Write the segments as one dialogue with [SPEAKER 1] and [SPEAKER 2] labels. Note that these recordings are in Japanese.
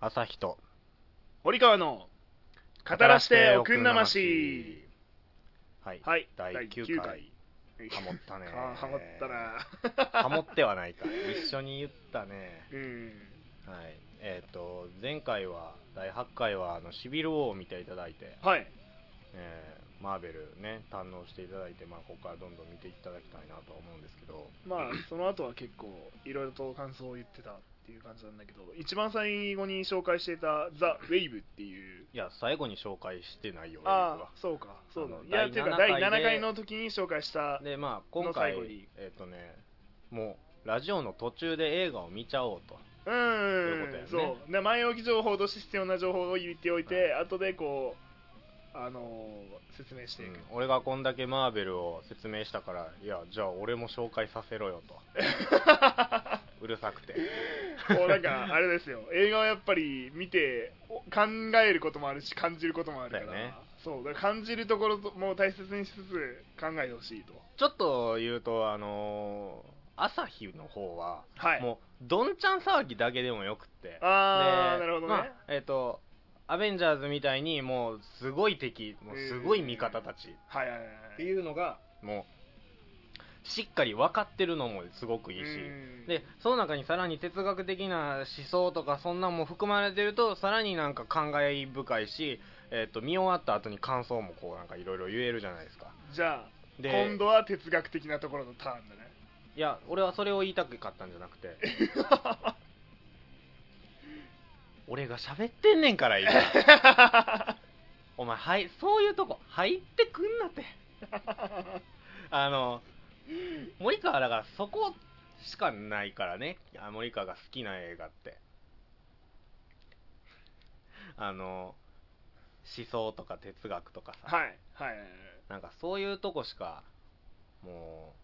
[SPEAKER 1] 朝日と
[SPEAKER 2] 堀川の語らしておくんなまし
[SPEAKER 1] はい、
[SPEAKER 2] はい
[SPEAKER 1] 第
[SPEAKER 2] 九
[SPEAKER 1] 9回
[SPEAKER 2] 回
[SPEAKER 1] ハモったね
[SPEAKER 2] あーハモったな
[SPEAKER 1] ハモってはないか一緒に言ったね
[SPEAKER 2] うん
[SPEAKER 1] はいえっ、と前回は第8回はあのシビル王を見ていただいて、
[SPEAKER 2] はい
[SPEAKER 1] えーマーベルね堪能していただいてまあここからどんどん見ていただきたいなとは思うんですけど
[SPEAKER 2] まあその後は結構いろいろと感想を言ってたっていう感じなんだけど一番最後に紹介していた「ザ・ウェイブ」っていう
[SPEAKER 1] いや最後に紹介してないよ僕
[SPEAKER 2] あ
[SPEAKER 1] は
[SPEAKER 2] あそうかそうだ
[SPEAKER 1] あの
[SPEAKER 2] いや
[SPEAKER 1] 第
[SPEAKER 2] というか
[SPEAKER 1] 七回
[SPEAKER 2] 第
[SPEAKER 1] で
[SPEAKER 2] 7回の時に紹介した
[SPEAKER 1] でまあ今
[SPEAKER 2] の
[SPEAKER 1] 回
[SPEAKER 2] 最後に
[SPEAKER 1] えっ、とねもうラジオの途中で映画を見ちゃおうと
[SPEAKER 2] う
[SPEAKER 1] いうことだ
[SPEAKER 2] ん
[SPEAKER 1] よね
[SPEAKER 2] そうで前置き情報として必要な情報を言っておいて後でこうあのー説明していく
[SPEAKER 1] うん俺がこんだけマーベルを説明したからいやじゃあ俺も紹介させろよと うるさくて
[SPEAKER 2] こうなんかあれですよ映画はやっぱり見てお考えることもあるし感じることもあるから
[SPEAKER 1] だよね
[SPEAKER 2] そうだから感じるところとも大切にしつつ考えてほしいと
[SPEAKER 1] ちょっと言うとあのー朝日の方は、
[SPEAKER 2] はい
[SPEAKER 1] もうどんちゃん騒ぎだけでもよくって
[SPEAKER 2] ああ
[SPEAKER 1] で
[SPEAKER 2] なるほどね、
[SPEAKER 1] まあえっ、とアベンジャーズみたいにもうすごい敵もうすごい味方たち
[SPEAKER 2] はいはいはい
[SPEAKER 1] っていうのがもうしっかり分かってるのもすごくいいし、
[SPEAKER 2] うん
[SPEAKER 1] でその中にさらに哲学的な思想とかそんなんも含まれてるとさらになんか感慨深いし、えっと見終わった後に感想もこうなんかいろいろ言えるじゃないですか
[SPEAKER 2] じゃあ
[SPEAKER 1] で
[SPEAKER 2] 今度は哲学的なところのターンだね
[SPEAKER 1] いや俺はそれを言いたかったんじゃなくて 俺が喋ってんねんから 今お前はいそういうとこ入ってくんなって あの森川だからそこしかないからねあ森川が好きな映画ってあの思想とか哲学とかさ、
[SPEAKER 2] はいはいはいはい
[SPEAKER 1] なんかそういうとこしかもう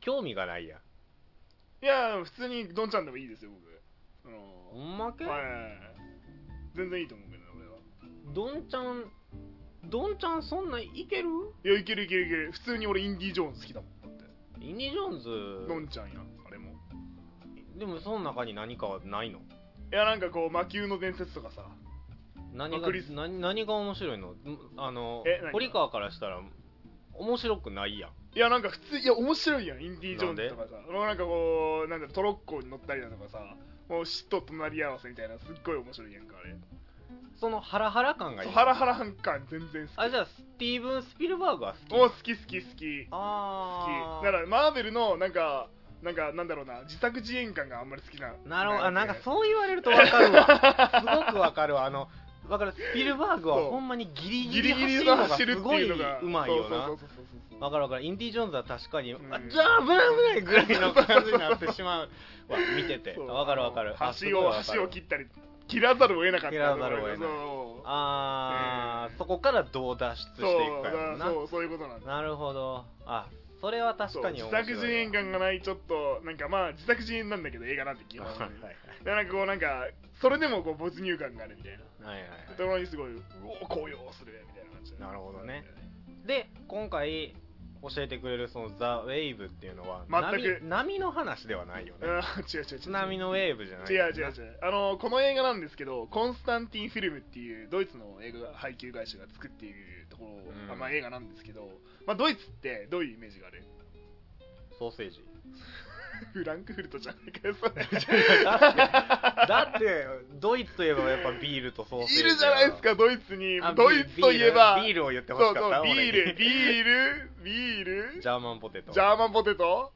[SPEAKER 1] 興味がないやん
[SPEAKER 2] いや普通にどんちゃんでもいいですよ僕その
[SPEAKER 1] ほんまけ、
[SPEAKER 2] はいはいはい全然いいと思うけどね俺は
[SPEAKER 1] どんちゃんどんちゃんそんないける
[SPEAKER 2] いやいけるいけるいける普通に俺インディ・ジョーンズ好きだもんだって
[SPEAKER 1] インディ・ジョ
[SPEAKER 2] ど
[SPEAKER 1] ーン
[SPEAKER 2] んちゃんやあれも
[SPEAKER 1] ズでもその中に何かはないの
[SPEAKER 2] いやなんかこう魔球の伝説とかさ
[SPEAKER 1] 何が
[SPEAKER 2] クリス
[SPEAKER 1] 何何が面白いのんあの
[SPEAKER 2] え何が
[SPEAKER 1] 堀川からしたら面白くないやん
[SPEAKER 2] いやなんか普通いや面白いやんインディ・ジョー
[SPEAKER 1] な
[SPEAKER 2] ン
[SPEAKER 1] んで
[SPEAKER 2] ズとかさもうなんかこうなんだろうトロッコに乗ったりだとかさもう死と隣り合わせみたいなすっごい面白いやんかあれ
[SPEAKER 1] そのハラハラ感がいい
[SPEAKER 2] そう
[SPEAKER 1] の
[SPEAKER 2] ハラハラ感全然好
[SPEAKER 1] あじゃあスティーブン・スピルバーグは
[SPEAKER 2] き
[SPEAKER 1] 好き
[SPEAKER 2] もう好き好き好き
[SPEAKER 1] あ
[SPEAKER 2] 好き
[SPEAKER 1] あ
[SPEAKER 2] だからマーベルのなんかなんかなんだろうな自作自演感があんまり好きな
[SPEAKER 1] なるほどあなんか
[SPEAKER 2] ね
[SPEAKER 1] そう言われるとわかるわすごくわかるわあのわかるスピルバーグは
[SPEAKER 2] そう
[SPEAKER 1] ほんまにギリギ
[SPEAKER 2] ギ
[SPEAKER 1] リ
[SPEAKER 2] リギ
[SPEAKER 1] 走
[SPEAKER 2] リ
[SPEAKER 1] る
[SPEAKER 2] の
[SPEAKER 1] のが
[SPEAKER 2] 走る
[SPEAKER 1] す
[SPEAKER 2] って
[SPEAKER 1] ごい
[SPEAKER 2] いうの
[SPEAKER 1] 上
[SPEAKER 2] が
[SPEAKER 1] 手いよな
[SPEAKER 2] そうそうそうそうそう
[SPEAKER 1] わかるわかる、インディ・ジョーンズは確かに、
[SPEAKER 2] うん
[SPEAKER 1] あじゃあ危ない危ないぐらいの感じになってしまう わ、見てて、
[SPEAKER 2] そう
[SPEAKER 1] わかるわかる、あすごい
[SPEAKER 2] 橋を
[SPEAKER 1] わかる
[SPEAKER 2] 橋を切ったり切らざるを得なかった
[SPEAKER 1] 切らざるを得ない
[SPEAKER 2] そう
[SPEAKER 1] あー、
[SPEAKER 2] うん
[SPEAKER 1] そこからどう脱出していくかやもんな、
[SPEAKER 2] そうそうそういうことなんだ
[SPEAKER 1] なるほど、あそれは確かに
[SPEAKER 2] そう
[SPEAKER 1] 面白い
[SPEAKER 2] 自
[SPEAKER 1] わ
[SPEAKER 2] 作自演感がないちょっとなんかまあ自作自演なんだけど映画なんて基 本
[SPEAKER 1] はいはい
[SPEAKER 2] でなんかこうなんかそれでもこう没入感があるみたいな
[SPEAKER 1] はいはい
[SPEAKER 2] ところにすごいうお高揚するみたいな感じ
[SPEAKER 1] なるほどねで、今回、教えてくれるそのザ・ウェイブっていうのは、
[SPEAKER 2] 全く
[SPEAKER 1] 波波の話ではないよ
[SPEAKER 2] う
[SPEAKER 1] ね
[SPEAKER 2] ん、違う違う違う
[SPEAKER 1] 津波のウェーブじゃない
[SPEAKER 2] 違う違う違うあのこの映画なんですけどコンスタンティンフィルムっていうドイツの映画配給会社が作っているところ、
[SPEAKER 1] うん
[SPEAKER 2] あまあ、映画なんですけど、まあ、ドイツってどういうイメージがある
[SPEAKER 1] ソーセージ。
[SPEAKER 2] フランクフルトじゃないかよそれ
[SPEAKER 1] だってドイツといえばやっぱビールとソーセージ
[SPEAKER 2] いるじゃないですかドイツに
[SPEAKER 1] あ
[SPEAKER 2] ドイツといえば
[SPEAKER 1] ビールビールを言ってほ
[SPEAKER 2] そ
[SPEAKER 1] し
[SPEAKER 2] う
[SPEAKER 1] か
[SPEAKER 2] そ
[SPEAKER 1] っ
[SPEAKER 2] う
[SPEAKER 1] た
[SPEAKER 2] ビールビ
[SPEAKER 1] ル
[SPEAKER 2] ールビール
[SPEAKER 1] ジャーマンポテト
[SPEAKER 2] ジャーマンポテト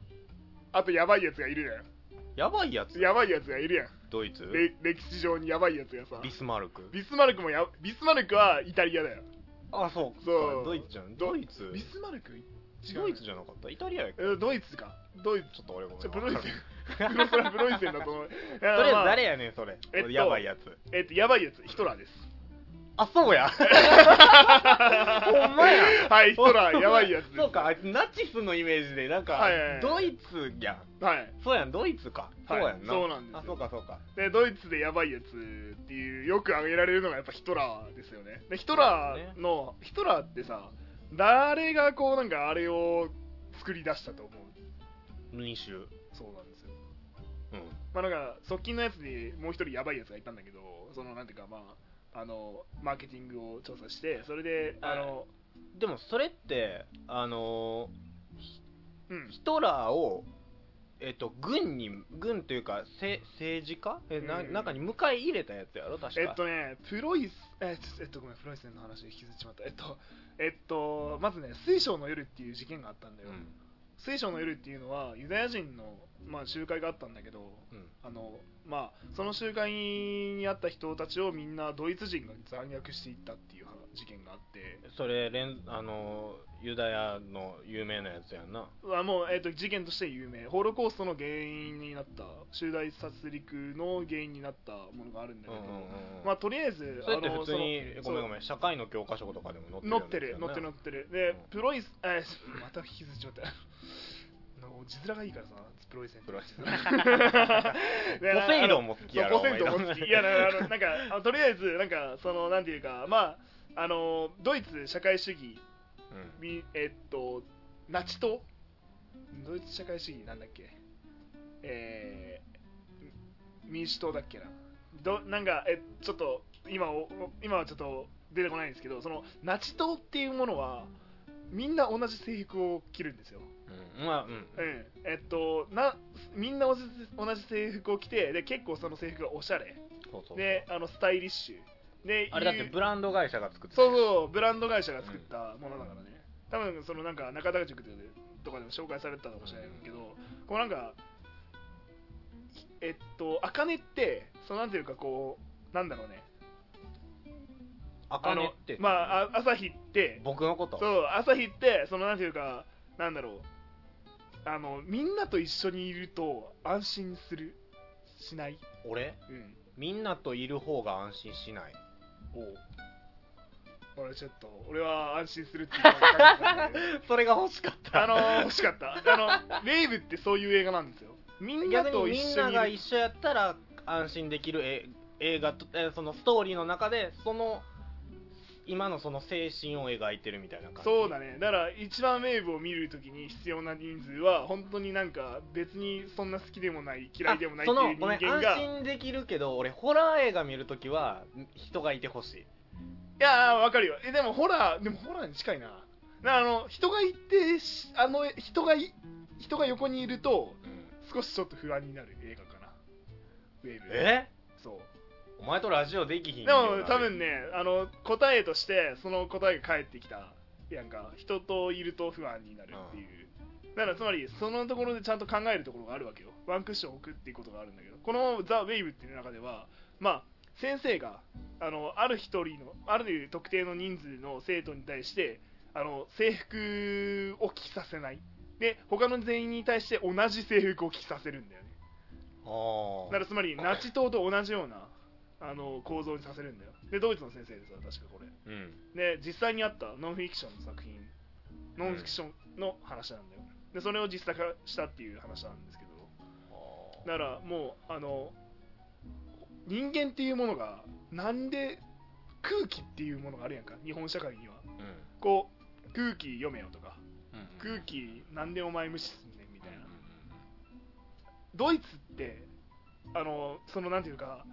[SPEAKER 2] あとやばいやつがいる
[SPEAKER 1] やばいや
[SPEAKER 2] や
[SPEAKER 1] つ
[SPEAKER 2] んやばいやつがいるやん
[SPEAKER 1] ドイツ
[SPEAKER 2] れ歴史上にやばいやつがさ
[SPEAKER 1] ビスマルク
[SPEAKER 2] ビスマルクもやビスマルクはイタリアだよ
[SPEAKER 1] あそう
[SPEAKER 2] そう
[SPEAKER 1] ドイツじゃん
[SPEAKER 2] ど
[SPEAKER 1] ドイツ
[SPEAKER 2] ビスマルク違う
[SPEAKER 1] ドイツじゃなかったイタリアやっけ
[SPEAKER 2] えドイツかドイツ
[SPEAKER 1] ちょっと俺ごめん
[SPEAKER 2] ちょプロイセ
[SPEAKER 1] わか
[SPEAKER 2] ン
[SPEAKER 1] んない
[SPEAKER 2] プロそれはプロイセンだと思ういや
[SPEAKER 1] それ
[SPEAKER 2] まあ
[SPEAKER 1] 誰やねんそれ
[SPEAKER 2] えっと
[SPEAKER 1] やばいやつ
[SPEAKER 2] えっとやばいやつヒトラーです
[SPEAKER 1] あそう やほんまや
[SPEAKER 2] はいヒトラーやばいやつで す
[SPEAKER 1] そうかあナチスのイメージでなんか
[SPEAKER 2] はいはいはい
[SPEAKER 1] ドイツやん
[SPEAKER 2] はい
[SPEAKER 1] そうやんドイツかそう
[SPEAKER 2] はい
[SPEAKER 1] やんな
[SPEAKER 2] そうなんですよ
[SPEAKER 1] あそうかそうか
[SPEAKER 2] でドイツでやばいやつっていうよく挙げられるのがやっぱヒトラーですよねでヒトラーの、ヒトラーってさ誰がこうなんかあれを作り出したと思う
[SPEAKER 1] 民衆
[SPEAKER 2] そうなんですよ
[SPEAKER 1] うん
[SPEAKER 2] まあなんか側近のやつにもう一人やばいやつがいたんだけどそのなんていうかまああのマーケティングを調査してそれであの、
[SPEAKER 1] でもそれってあの
[SPEAKER 2] うん
[SPEAKER 1] ーヒトラーをえっと軍に軍というかせ政治家えな
[SPEAKER 2] うん
[SPEAKER 1] 中に迎え入れたやつやろ確か
[SPEAKER 2] えっとねプロイスえっとえっとごめんプロイセンの話で引きずっちまったえっとえっとまずね水晶の夜っていう事件があったんだ
[SPEAKER 1] う
[SPEAKER 2] よ、
[SPEAKER 1] ん
[SPEAKER 2] 水晶の夜っていうのはユダヤ人の、まあ、集会があったんだけど
[SPEAKER 1] うん
[SPEAKER 2] あのまあその集会にあった人たちをみんなドイツ人が残虐していったっていう事件があって
[SPEAKER 1] それ連あのーユダヤの有名なやつやんな
[SPEAKER 2] はもう、えっと事件として有名ホロコーストの原因になった集大殺戮の原因になったものがあるんだけど、まあとりあえず
[SPEAKER 1] それって
[SPEAKER 2] あの
[SPEAKER 1] 普通に
[SPEAKER 2] その
[SPEAKER 1] ごめんごめん社会の教科書とかでも
[SPEAKER 2] 乗
[SPEAKER 1] 載
[SPEAKER 2] っ
[SPEAKER 1] ってて
[SPEAKER 2] る
[SPEAKER 1] る
[SPEAKER 2] 乗ってる 乗
[SPEAKER 1] る
[SPEAKER 2] ってるで
[SPEAKER 1] うん
[SPEAKER 2] プロイスえー また引きずっちまったの字面がいいからさプロイセン
[SPEAKER 1] プロイセン
[SPEAKER 2] 5
[SPEAKER 1] ポセイドンも好きやろ
[SPEAKER 2] ポセイドンも好
[SPEAKER 1] お前
[SPEAKER 2] きいやあ のなんかあのとりあえずなんかそのなんていうかまああのドイツ社会主義みえっとナチ党ドイツ社会主義なんだっけえー、民主党だっけなどなんかえちょっと今お今はちょっと出てこないんですけどそのナチ党っていうものはみんな同じ制服を着るんですよ、
[SPEAKER 1] うんまあうん
[SPEAKER 2] うんえっと、なみんな同じ同じ制服を着てで結構その制服がおしゃれ
[SPEAKER 1] そうそう
[SPEAKER 2] であのスタイリッシュで
[SPEAKER 1] あれだってブランド会社が作って
[SPEAKER 2] そうそう、ブランド会社が作ったものだからね。多分そのなんか中田塾でとかでも紹介されてたかもしれないけど、こうなんか、えっと、あかねって、そのなんていうかこう、なんだろうね、
[SPEAKER 1] あ
[SPEAKER 2] あ
[SPEAKER 1] かね
[SPEAKER 2] の
[SPEAKER 1] って、
[SPEAKER 2] まあ、あ朝日って、
[SPEAKER 1] 僕のこと
[SPEAKER 2] そう、朝日って、そのなんていうか、なんだろう、あの、みんなと一緒にいると安心する、しない、
[SPEAKER 1] 俺
[SPEAKER 2] うん、
[SPEAKER 1] みんなといる方が安心しない
[SPEAKER 2] を。俺ちょっと、俺は安心するって言ったら
[SPEAKER 1] それが欲しかった
[SPEAKER 2] あのー、欲しかった。あの、レイブってそういう映画なんですよ。みんな
[SPEAKER 1] 逆
[SPEAKER 2] と
[SPEAKER 1] に
[SPEAKER 2] 一
[SPEAKER 1] みん
[SPEAKER 2] 緒
[SPEAKER 1] な
[SPEAKER 2] に
[SPEAKER 1] が
[SPEAKER 2] いる
[SPEAKER 1] 一緒やったら安心できるえ映画とえそのストーリーの中でその今のその精神を描いてるみたいな感じ
[SPEAKER 2] そうだね。だから、一番名ブを見るときに必要な人数は、本当になんか、別にそんな好きでもない、嫌いでもない
[SPEAKER 1] あ
[SPEAKER 2] って
[SPEAKER 1] その
[SPEAKER 2] いう人
[SPEAKER 1] ごめん
[SPEAKER 2] 間が。
[SPEAKER 1] 安心できるけど俺ホラー映画見るときは人がいてほしい
[SPEAKER 2] いやー、わかるよ。え、でもホラー、でもホラーに近いな。なあの、人がいてし、あの、人がい、人が横にいると、少しちょっと不安になる映画かな。ウェイブ。
[SPEAKER 1] え
[SPEAKER 2] そう。
[SPEAKER 1] お前とラジオできひん
[SPEAKER 2] で
[SPEAKER 1] よ
[SPEAKER 2] も多分ねあの答えとしてその答えが返ってきたやんか人といると不安になるっていう、だからつまりそのところでちゃんと考えるところがあるわけよワンクッション置くっていうことがあるんだけどこの「ザ・ウェイブ」っていう中ではまあ先生があのある一人のある特定の人数の生徒に対してあの制服を着させないで他の全員に対して同じ制服を着させるんだよね
[SPEAKER 1] あ
[SPEAKER 2] だからつまりナチ党と同じようなあの構造にさせるんだよでドイツの先生でさ確かこれ
[SPEAKER 1] あうん
[SPEAKER 2] で実際にあったノンフィクションの作品ノンフィクションの話なんだよでそれを実際化したっていう話なんですけどだからもうあの人間っていうものがなんで空気っていうものがあるやんか日本社会には
[SPEAKER 1] うん
[SPEAKER 2] こう空気読めよとか
[SPEAKER 1] うん
[SPEAKER 2] 空気なんでお前無視すんねんみたいなドイツってあのそのなんていうか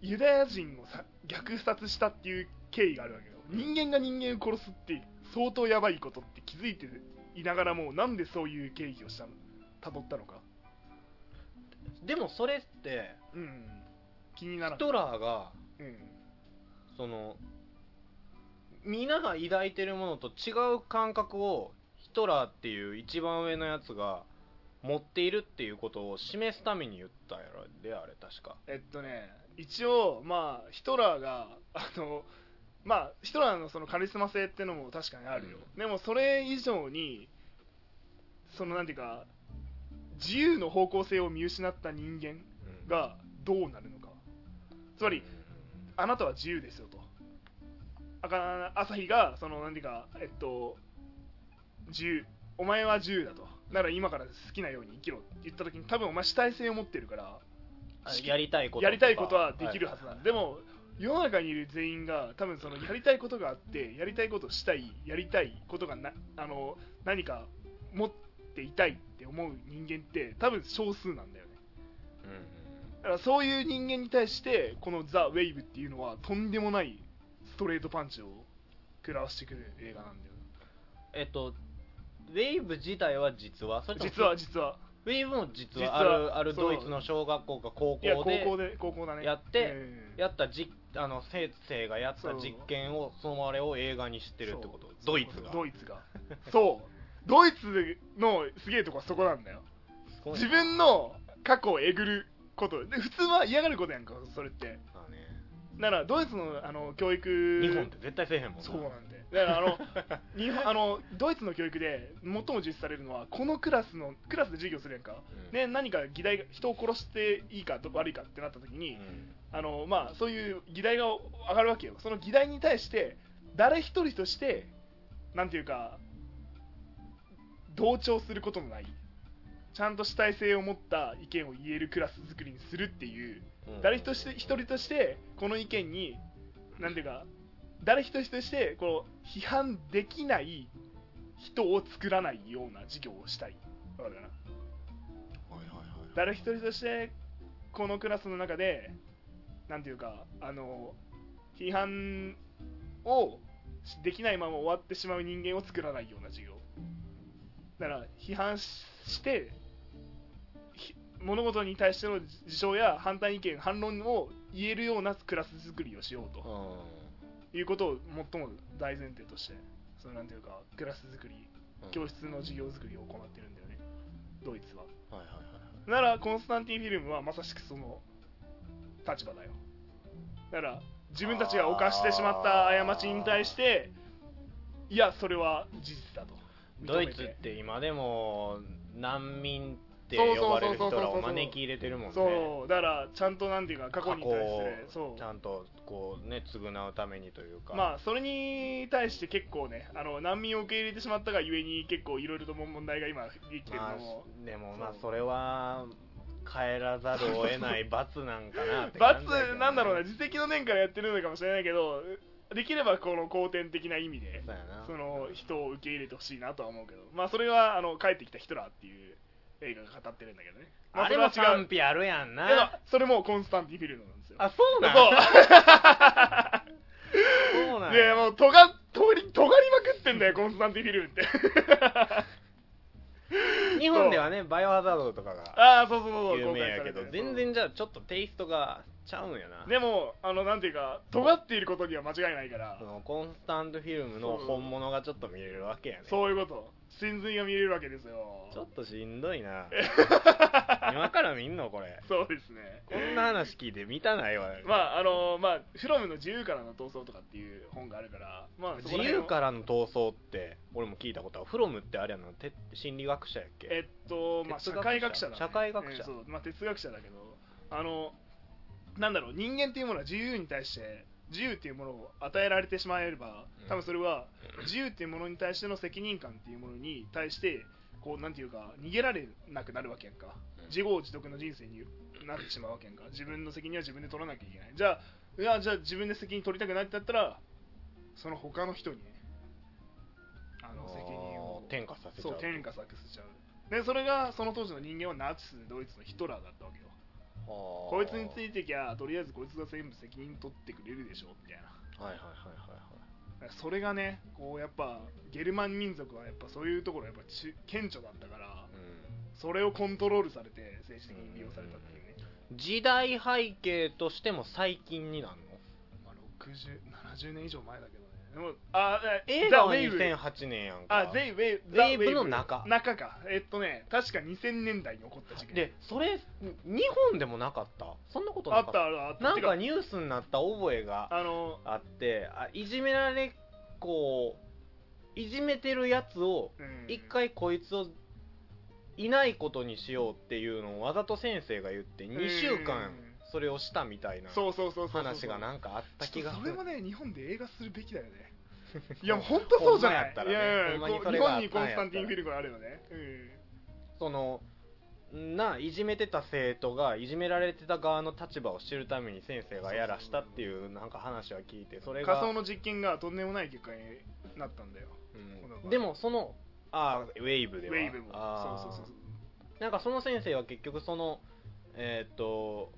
[SPEAKER 2] ユダヤ人をさ虐殺したっていう経緯があるわけよ人間が人間を殺すって相当やばいことって気づいていながらもなんでそういう経緯をしたの辿ったのか
[SPEAKER 1] でもそれって
[SPEAKER 2] うん気になら
[SPEAKER 1] ヒ
[SPEAKER 2] ない、
[SPEAKER 1] トラーが
[SPEAKER 2] うん、
[SPEAKER 1] その皆が抱いてるものと違う感覚をヒトラーっていう一番上のやつが持っているっていうことを示すために言ったやろであれ確か
[SPEAKER 2] えっとね一応まあヒトラーがあのまあヒトラーのそのカリスマ性ってのも確かにあるよ、でもそれ以上にそのなんていうか自由の方向性を見失った人間がどうなるのかつまりあなたは自由ですよとあか朝日がその何ていうかえっと自由お前は自由だとなら今から好きなように生きろって言った時に多分お前主体性を持ってるから
[SPEAKER 1] あやりたいことか
[SPEAKER 2] やりたいことはできるはずなんだ、でも世の中にいる全員が多分そのやりたいことがあってやりたいことをしたいやりたいことがなあの何か持っていたいって思う人間って多分少数なんだよね
[SPEAKER 1] うん
[SPEAKER 2] だからそういう人間に対してこの「ザ・ウェイブ」っていうのはとんでもないストレートパンチを食らわしてくる映画なんだよ
[SPEAKER 1] えっとウェイブ自体は実はそれとも
[SPEAKER 2] 実は実は
[SPEAKER 1] ウェイブも実
[SPEAKER 2] 実
[SPEAKER 1] は
[SPEAKER 2] は
[SPEAKER 1] あるある
[SPEAKER 2] そう
[SPEAKER 1] ドイツの小学校か高校
[SPEAKER 2] いや高
[SPEAKER 1] で
[SPEAKER 2] 校で高校だね
[SPEAKER 1] やって
[SPEAKER 2] うん
[SPEAKER 1] やった実あの先生がやった
[SPEAKER 2] そう
[SPEAKER 1] 実験をそのあれを映画にしてるってこと
[SPEAKER 2] そう
[SPEAKER 1] ドイツが
[SPEAKER 2] ドイツがそうドイツのすげえとこはそこなんだよ
[SPEAKER 1] すごいな
[SPEAKER 2] 自分の過去をえぐることで普通は嫌がることやんかそれって
[SPEAKER 1] まあね
[SPEAKER 2] ならドイツのあの教育
[SPEAKER 1] 日本って絶対せえへんもん
[SPEAKER 2] そうなんでだからあの 日本あのドイツの教育で最も重視されるのはこのクラスのクラスで授業するやんか、
[SPEAKER 1] うん
[SPEAKER 2] ね、何か議題が人を殺していいかと悪いかってなった時
[SPEAKER 1] う
[SPEAKER 2] に、
[SPEAKER 1] ん
[SPEAKER 2] あのまあ、そういう議題が上がるわけよその議題に対して誰一人としてなんていうか同調することのないちゃんと主体性を持った意見を言えるクラス作りにするっていう
[SPEAKER 1] うん
[SPEAKER 2] 誰一人一人としてこの意見になんていうか誰一人としてこう批判できない人を作らないような授業をしたいわかるかな
[SPEAKER 1] はいはいはい
[SPEAKER 2] 誰一人としてこのクラスの中でなんていうかあの批判をしできないまま終わってしまう人間を作らないような授業だから批判ししてひ物事に対しての事象や反対意見反論を言えるようなクラス作りをしようと
[SPEAKER 1] う
[SPEAKER 2] いうことを最も大前提としてそのなんていうかクラス作り
[SPEAKER 1] ん
[SPEAKER 2] 教室の授業作りを行ってるんだよねドイツは
[SPEAKER 1] はいはいはい
[SPEAKER 2] ならコンスタンティンフィルムはまさしくその立場だよだから自分たちが犯してしまった過ちに対していやそれは事実だと
[SPEAKER 1] ド
[SPEAKER 2] 認
[SPEAKER 1] イ
[SPEAKER 2] め
[SPEAKER 1] ツってて今でも難民って呼ばれる人らを招き入れてるもんね
[SPEAKER 2] そうだからちゃんとなんていうか過去に対する
[SPEAKER 1] 過去
[SPEAKER 2] そ
[SPEAKER 1] をち
[SPEAKER 2] う
[SPEAKER 1] ゃんとこうね償うためにというか
[SPEAKER 2] まあそれに対して結構ねあの難民を受け入れてしまったがゆえに結構いろいろと問題が今できてる
[SPEAKER 1] ま
[SPEAKER 2] の
[SPEAKER 1] あ
[SPEAKER 2] も
[SPEAKER 1] でも
[SPEAKER 2] そう
[SPEAKER 1] まあそれは帰らざるを得ない罰なんかなって感
[SPEAKER 2] 罰
[SPEAKER 1] じだけどね
[SPEAKER 2] なんだろうね自責の念からやってるのかもしれないけどできればこの後天的な意味で
[SPEAKER 1] そうやな
[SPEAKER 2] その人を受け入れてほしいなとは思うけど、まあ、それはあの帰ってきたヒトラーっていう映画が語ってるんだけどね、ま
[SPEAKER 1] あれも
[SPEAKER 2] それは違
[SPEAKER 1] 賛
[SPEAKER 2] う
[SPEAKER 1] 否あるやん
[SPEAKER 2] けど
[SPEAKER 1] な
[SPEAKER 2] それもコンスタンティンフィルムなんですよ
[SPEAKER 1] あそうなんそうなん
[SPEAKER 2] で
[SPEAKER 1] や
[SPEAKER 2] もうとがとり尖りまくってんだよコンスタンティンフィルムって
[SPEAKER 1] 日本ではねバイオハザードとかが
[SPEAKER 2] ああそうそうそう
[SPEAKER 1] 有名やけど
[SPEAKER 2] 公開されてる
[SPEAKER 1] 全然じゃあちょっとテイストがちゃうんやな
[SPEAKER 2] でもあのなんていうか尖っていることには間違いないから
[SPEAKER 1] そのコンスタントフィルムの本物がちょっと見れるわけやね
[SPEAKER 2] そういうこと真髄が見れるわけですよ
[SPEAKER 1] ちょっとしんどい な今から見んのこれ
[SPEAKER 2] そうですね
[SPEAKER 1] こんな話聞いて見たないわ
[SPEAKER 2] まああのまあ「フロムの自由からの闘争」とかっていう本があるからまあそこ
[SPEAKER 1] 自
[SPEAKER 2] ら辺
[SPEAKER 1] 由
[SPEAKER 2] を
[SPEAKER 1] からの闘争って俺も聞いたことあるフロムってあれやなて心理学者やっけ
[SPEAKER 2] えっと、まあ、社
[SPEAKER 1] 哲学者
[SPEAKER 2] 会学者だ、ね、
[SPEAKER 1] 社会学者
[SPEAKER 2] えーそうまあ、哲学者だけどあのなんだろう人間っていうものは自由に対して自由っていうものを与えられてしまえれば
[SPEAKER 1] うん
[SPEAKER 2] 多分それは自由っていうものに対しての責任感っていうものに対してこうなんていうか逃げられなくなるわけやんか
[SPEAKER 1] うん
[SPEAKER 2] 自業自得の人生になってしまうわけやんか自分の責任は自分で取らなきゃいけないじゃあいやじゃあ自分で責任取りたくないってなったらその他の人にねあの責任を
[SPEAKER 1] 転嫁させちゃ
[SPEAKER 2] そうう天下作しちゃうでそれがその当時の人間はナチスドイツのヒトラーだったわけよこ
[SPEAKER 1] こ
[SPEAKER 2] いつについてきゃとりあえずこいつが全部責任取ってくれるでしょみたいな
[SPEAKER 1] はいはいはいはい
[SPEAKER 2] なんかそれがねこうやっぱゲルマン民族はやっぱそういうところやっぱち顕著だったから
[SPEAKER 1] はい、
[SPEAKER 2] それをコントロールされて政治的に利用されたっていうね、
[SPEAKER 1] うん、時代背景としても最近になるの
[SPEAKER 2] まあ、6070年以上前だけどねでもあ
[SPEAKER 1] 映画は
[SPEAKER 2] ザウェイブ
[SPEAKER 1] 2008年やんか
[SPEAKER 2] あゼイウェイ
[SPEAKER 1] ウェイブの中
[SPEAKER 2] ザウェイブ中かえっとね確か2000年代に起こった事件
[SPEAKER 1] でそれ日本でもなかったそんなこと
[SPEAKER 2] あ
[SPEAKER 1] な
[SPEAKER 2] っ
[SPEAKER 1] かったた
[SPEAKER 2] あったあった
[SPEAKER 1] なん
[SPEAKER 2] てか
[SPEAKER 1] かニュースになった覚えが
[SPEAKER 2] あの
[SPEAKER 1] あってあいじめられっ子をいじめてるやつを
[SPEAKER 2] うん
[SPEAKER 1] 一回こいつをいないことにしようっていうのをわざと先生が言って2週間それをしたみたいな
[SPEAKER 2] そうそうそうそうそう
[SPEAKER 1] 話がなんかあった気
[SPEAKER 2] ちょ
[SPEAKER 1] が
[SPEAKER 2] っと
[SPEAKER 1] す
[SPEAKER 2] それ
[SPEAKER 1] る
[SPEAKER 2] もね日本で映画するべきだよね いやもう本当そうじゃな
[SPEAKER 1] ほんまや
[SPEAKER 2] い
[SPEAKER 1] ったらね
[SPEAKER 2] いやいやい
[SPEAKER 1] ほ
[SPEAKER 2] や
[SPEAKER 1] んまに
[SPEAKER 2] こ
[SPEAKER 1] そ
[SPEAKER 2] う日
[SPEAKER 1] れがあ
[SPEAKER 2] 本
[SPEAKER 1] ったんやった
[SPEAKER 2] にコ
[SPEAKER 1] ら
[SPEAKER 2] ンスタンティン・フィルムがあればね、うん
[SPEAKER 1] そのないじめてた生徒がいじめられてた側の立場を知るために先生がやらしたっていうなんか話は聞いてそれ
[SPEAKER 2] 仮
[SPEAKER 1] が
[SPEAKER 2] 想の実験がとんでもない結果になったんだよ
[SPEAKER 1] うんでもそのあーウェイブ
[SPEAKER 2] ウ
[SPEAKER 1] では
[SPEAKER 2] ェイブも
[SPEAKER 1] あー
[SPEAKER 2] そうそうそうそう
[SPEAKER 1] なんかその先生は結局そのえーっと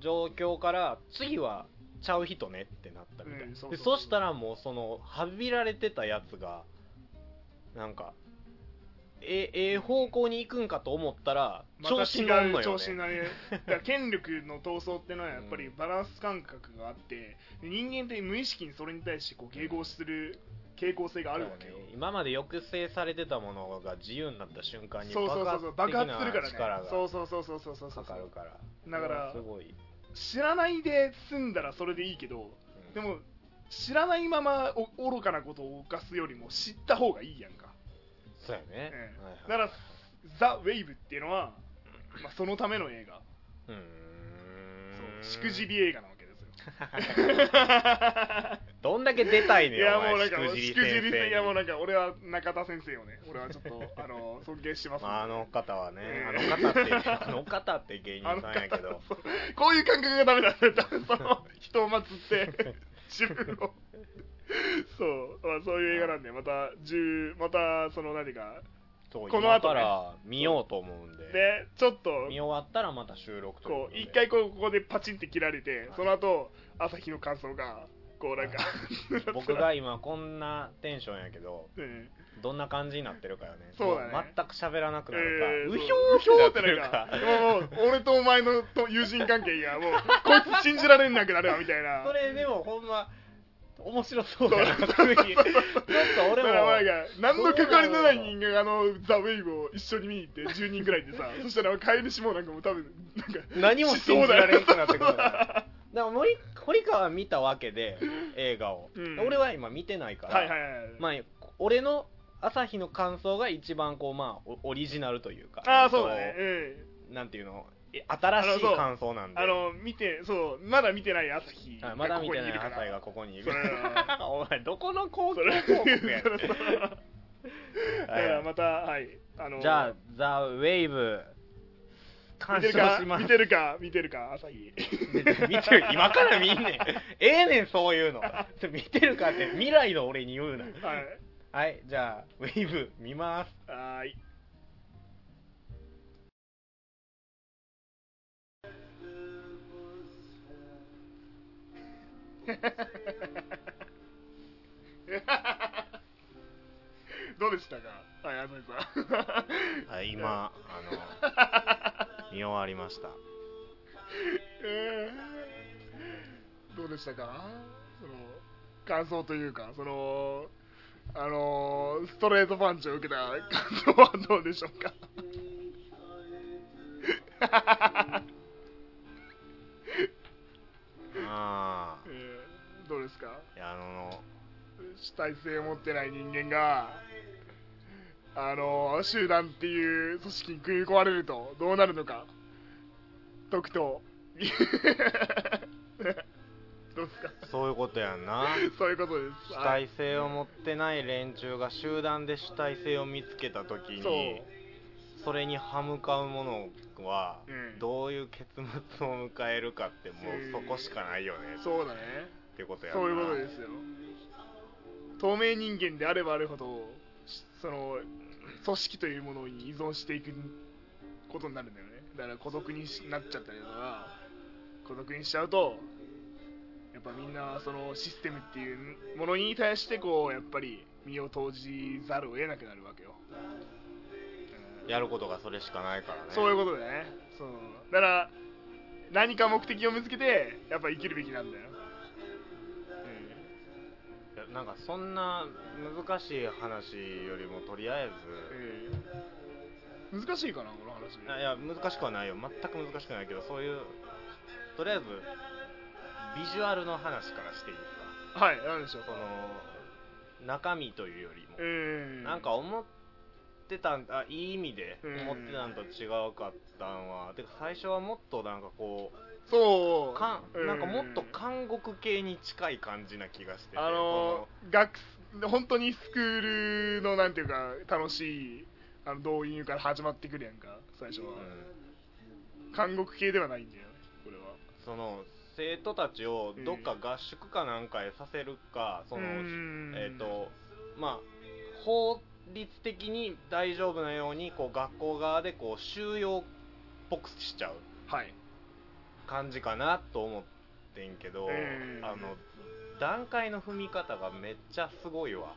[SPEAKER 1] 状況から次はちゃう人ねってなったみたい、
[SPEAKER 2] うんそう
[SPEAKER 1] で
[SPEAKER 2] そうそう
[SPEAKER 1] そしたらもうそのはびられてたやつがなんかえええ方向に行くんかと思ったら
[SPEAKER 2] また
[SPEAKER 1] 調子に乗
[SPEAKER 2] 違
[SPEAKER 1] んのよ、
[SPEAKER 2] う調子に
[SPEAKER 1] ね、
[SPEAKER 2] なれだから権力の闘争ってのはやっぱりバランス感覚があってで人間って無意識にそれに対してこう迎合する傾向性があるわけよ、
[SPEAKER 1] そうね今まで抑制されてたものが自由になった瞬間に
[SPEAKER 2] そうそうそうそう爆
[SPEAKER 1] 的な
[SPEAKER 2] 発するからね
[SPEAKER 1] 力が
[SPEAKER 2] そうそうそうそうそうそうそう
[SPEAKER 1] かかるから
[SPEAKER 2] だから
[SPEAKER 1] それはすごい、
[SPEAKER 2] 知らないで済んだらそれでいいけど
[SPEAKER 1] うん
[SPEAKER 2] でも知らないままお愚かなことを犯すよりも知った方がいいやんか
[SPEAKER 1] そうやね、
[SPEAKER 2] ええ
[SPEAKER 1] はいはい
[SPEAKER 2] だから「ザ・ウェイブ」っていうのは、まあ、そのための映画
[SPEAKER 1] うーん
[SPEAKER 2] そうしくじり映画なわけですよ
[SPEAKER 1] どんだけ出たい
[SPEAKER 2] い
[SPEAKER 1] ね
[SPEAKER 2] や
[SPEAKER 1] よお
[SPEAKER 2] もうな
[SPEAKER 1] 前し
[SPEAKER 2] んかもう
[SPEAKER 1] く
[SPEAKER 2] し
[SPEAKER 1] じり
[SPEAKER 2] くじ
[SPEAKER 1] 先
[SPEAKER 2] り
[SPEAKER 1] 生
[SPEAKER 2] せいやもう
[SPEAKER 1] に
[SPEAKER 2] なんか俺は中田先生をね俺はちょっと あの尊敬してます、
[SPEAKER 1] まああの方はね、
[SPEAKER 2] え
[SPEAKER 1] あ
[SPEAKER 2] え
[SPEAKER 1] の方って、あの方って芸人
[SPEAKER 2] あの
[SPEAKER 1] さんやけど、
[SPEAKER 2] そう こういう感覚がダメなんだよ多分その人を 祀って自分をそう、まあ、そういう映画なんでまた10またその何か
[SPEAKER 1] そう
[SPEAKER 2] この
[SPEAKER 1] 今
[SPEAKER 2] 後
[SPEAKER 1] か
[SPEAKER 2] ね
[SPEAKER 1] ら見ようと思うんで、
[SPEAKER 2] でちょっと
[SPEAKER 1] 見終わったらまた収録という
[SPEAKER 2] こ
[SPEAKER 1] こと
[SPEAKER 2] う
[SPEAKER 1] で
[SPEAKER 2] 一回こうここでパチンって切られて、
[SPEAKER 1] い
[SPEAKER 2] その後朝日の感想がこう なんか、
[SPEAKER 1] 僕が今こんなテンションやけど、
[SPEAKER 2] うん
[SPEAKER 1] どんな感じになってるかよね、
[SPEAKER 2] そうだね
[SPEAKER 1] も全く喋らなくな
[SPEAKER 2] え
[SPEAKER 1] る
[SPEAKER 2] ー
[SPEAKER 1] か、うひ
[SPEAKER 2] そ
[SPEAKER 1] ょうひょうってなる
[SPEAKER 2] な
[SPEAKER 1] か
[SPEAKER 2] っ、てるかもうもう俺とお前のと友人関係がもうこいつ信じられなくなるわみたいな
[SPEAKER 1] それでもほんま、面白そうだな、
[SPEAKER 2] そう
[SPEAKER 1] その時ちょっと俺
[SPEAKER 2] だからお前
[SPEAKER 1] も、
[SPEAKER 2] が何の関わりのない人間があの「ザ・ウェイブを一緒に見に 行って10人ぐらいでさそしたら飼い主もなんかもう多分なんか
[SPEAKER 1] 何も信じられなくなってくる
[SPEAKER 2] そ
[SPEAKER 1] か
[SPEAKER 2] うだ
[SPEAKER 1] ら。 だから森堀川は見たわけで映画を、
[SPEAKER 2] うん
[SPEAKER 1] 俺は今見てないから、
[SPEAKER 2] はいはいはい、
[SPEAKER 1] まあ、俺の朝日の感想が一番こう、まあ、オオリジナルというか
[SPEAKER 2] ああそうだねうん
[SPEAKER 1] こうなんていうのえ新しい感想なんで
[SPEAKER 2] あの見てそうまだ見てない朝日
[SPEAKER 1] は
[SPEAKER 2] が
[SPEAKER 1] いまだ見て
[SPEAKER 2] ここに
[SPEAKER 1] ない
[SPEAKER 2] るから
[SPEAKER 1] 朝日が ここにい
[SPEAKER 2] そ
[SPEAKER 1] る
[SPEAKER 2] れ
[SPEAKER 1] お前どこの公
[SPEAKER 2] そ
[SPEAKER 1] 共
[SPEAKER 2] れ
[SPEAKER 1] 広告やねん
[SPEAKER 2] それそれだか
[SPEAKER 1] はい
[SPEAKER 2] らまたはいあの
[SPEAKER 1] じゃあ「ザ・ウェイブ
[SPEAKER 2] 見
[SPEAKER 1] 鑑
[SPEAKER 2] てる
[SPEAKER 1] 賞
[SPEAKER 2] か
[SPEAKER 1] します
[SPEAKER 2] 見てるか見てるか朝日
[SPEAKER 1] 見てる今から見んねんええねんそういうのそれ見てるかって未来の俺に言うな
[SPEAKER 2] はい
[SPEAKER 1] はいじゃあウェイブ見ます
[SPEAKER 2] はーい どうでしたかはい朝日さん
[SPEAKER 1] はい、今、あ の、見終わりました。
[SPEAKER 2] えーどうでしたかその感想というかそのあのーストレートパンチを受けた感想はどうでしょうか
[SPEAKER 1] あ
[SPEAKER 2] えーどうですか
[SPEAKER 1] あ、いや、あの、
[SPEAKER 2] 主体性を持ってない人間があの集団っていう組織に食い込まれるとどうなるのか解くと どうですか
[SPEAKER 1] そういうことやんな。
[SPEAKER 2] そういうことです
[SPEAKER 1] 主体性を持ってない連中が集団で主体性を見つけたとき
[SPEAKER 2] そ
[SPEAKER 1] に、それに歯向かうものは、
[SPEAKER 2] うん
[SPEAKER 1] どういう結末を迎えるかって、もうそこしかないよね、
[SPEAKER 2] うそうだね
[SPEAKER 1] ってことやんな。
[SPEAKER 2] そういうことですよ透明人間であればあるほどしその組織というものに依存していくことになるんだよねだから孤独にしなっちゃったりとか孤独にしちゃうとやっぱみんなそのシステムっていうものに対してこうやっぱり身を投じざるを得なくなるわけよ、うん
[SPEAKER 1] やることがそれしかないからね。
[SPEAKER 2] そういうことだねそうだから何か目的を見つけてやっぱ生きるべきなんだよ、うん
[SPEAKER 1] いやなんか、そんな難しい話よりも、とりあえず、
[SPEAKER 2] えー難しいかなこの話
[SPEAKER 1] あいや難しくはないよ全く難しくはないけどそういうとりあえずビジュアルの話からしていいです
[SPEAKER 2] はい何でしょう
[SPEAKER 1] かその中身というよりも、
[SPEAKER 2] えー、
[SPEAKER 1] なんか思ってたんあいい意味で
[SPEAKER 2] うん
[SPEAKER 1] 思ってたんと違うかったんは、てか最初はもっとなんかこ
[SPEAKER 2] そう
[SPEAKER 1] うかん、
[SPEAKER 2] うん
[SPEAKER 1] なんかもっと監獄系に近い感じな気がしてて
[SPEAKER 2] あのー学生本当にスクールのなんていうか楽しいあの導入から始まってくるやんか最初は
[SPEAKER 1] その、うん
[SPEAKER 2] 韓国系ではないんだよねこれは
[SPEAKER 1] その生徒たちをどっか合宿かなんかへさせるか、その
[SPEAKER 2] うん
[SPEAKER 1] えっ、とまあ法律的に大丈夫なようにこう学校側でこう収容っぽくしちゃう
[SPEAKER 2] はい
[SPEAKER 1] 感じかなと思ってんけど、
[SPEAKER 2] うん
[SPEAKER 1] あの段階の踏み方がめっちゃすごいわ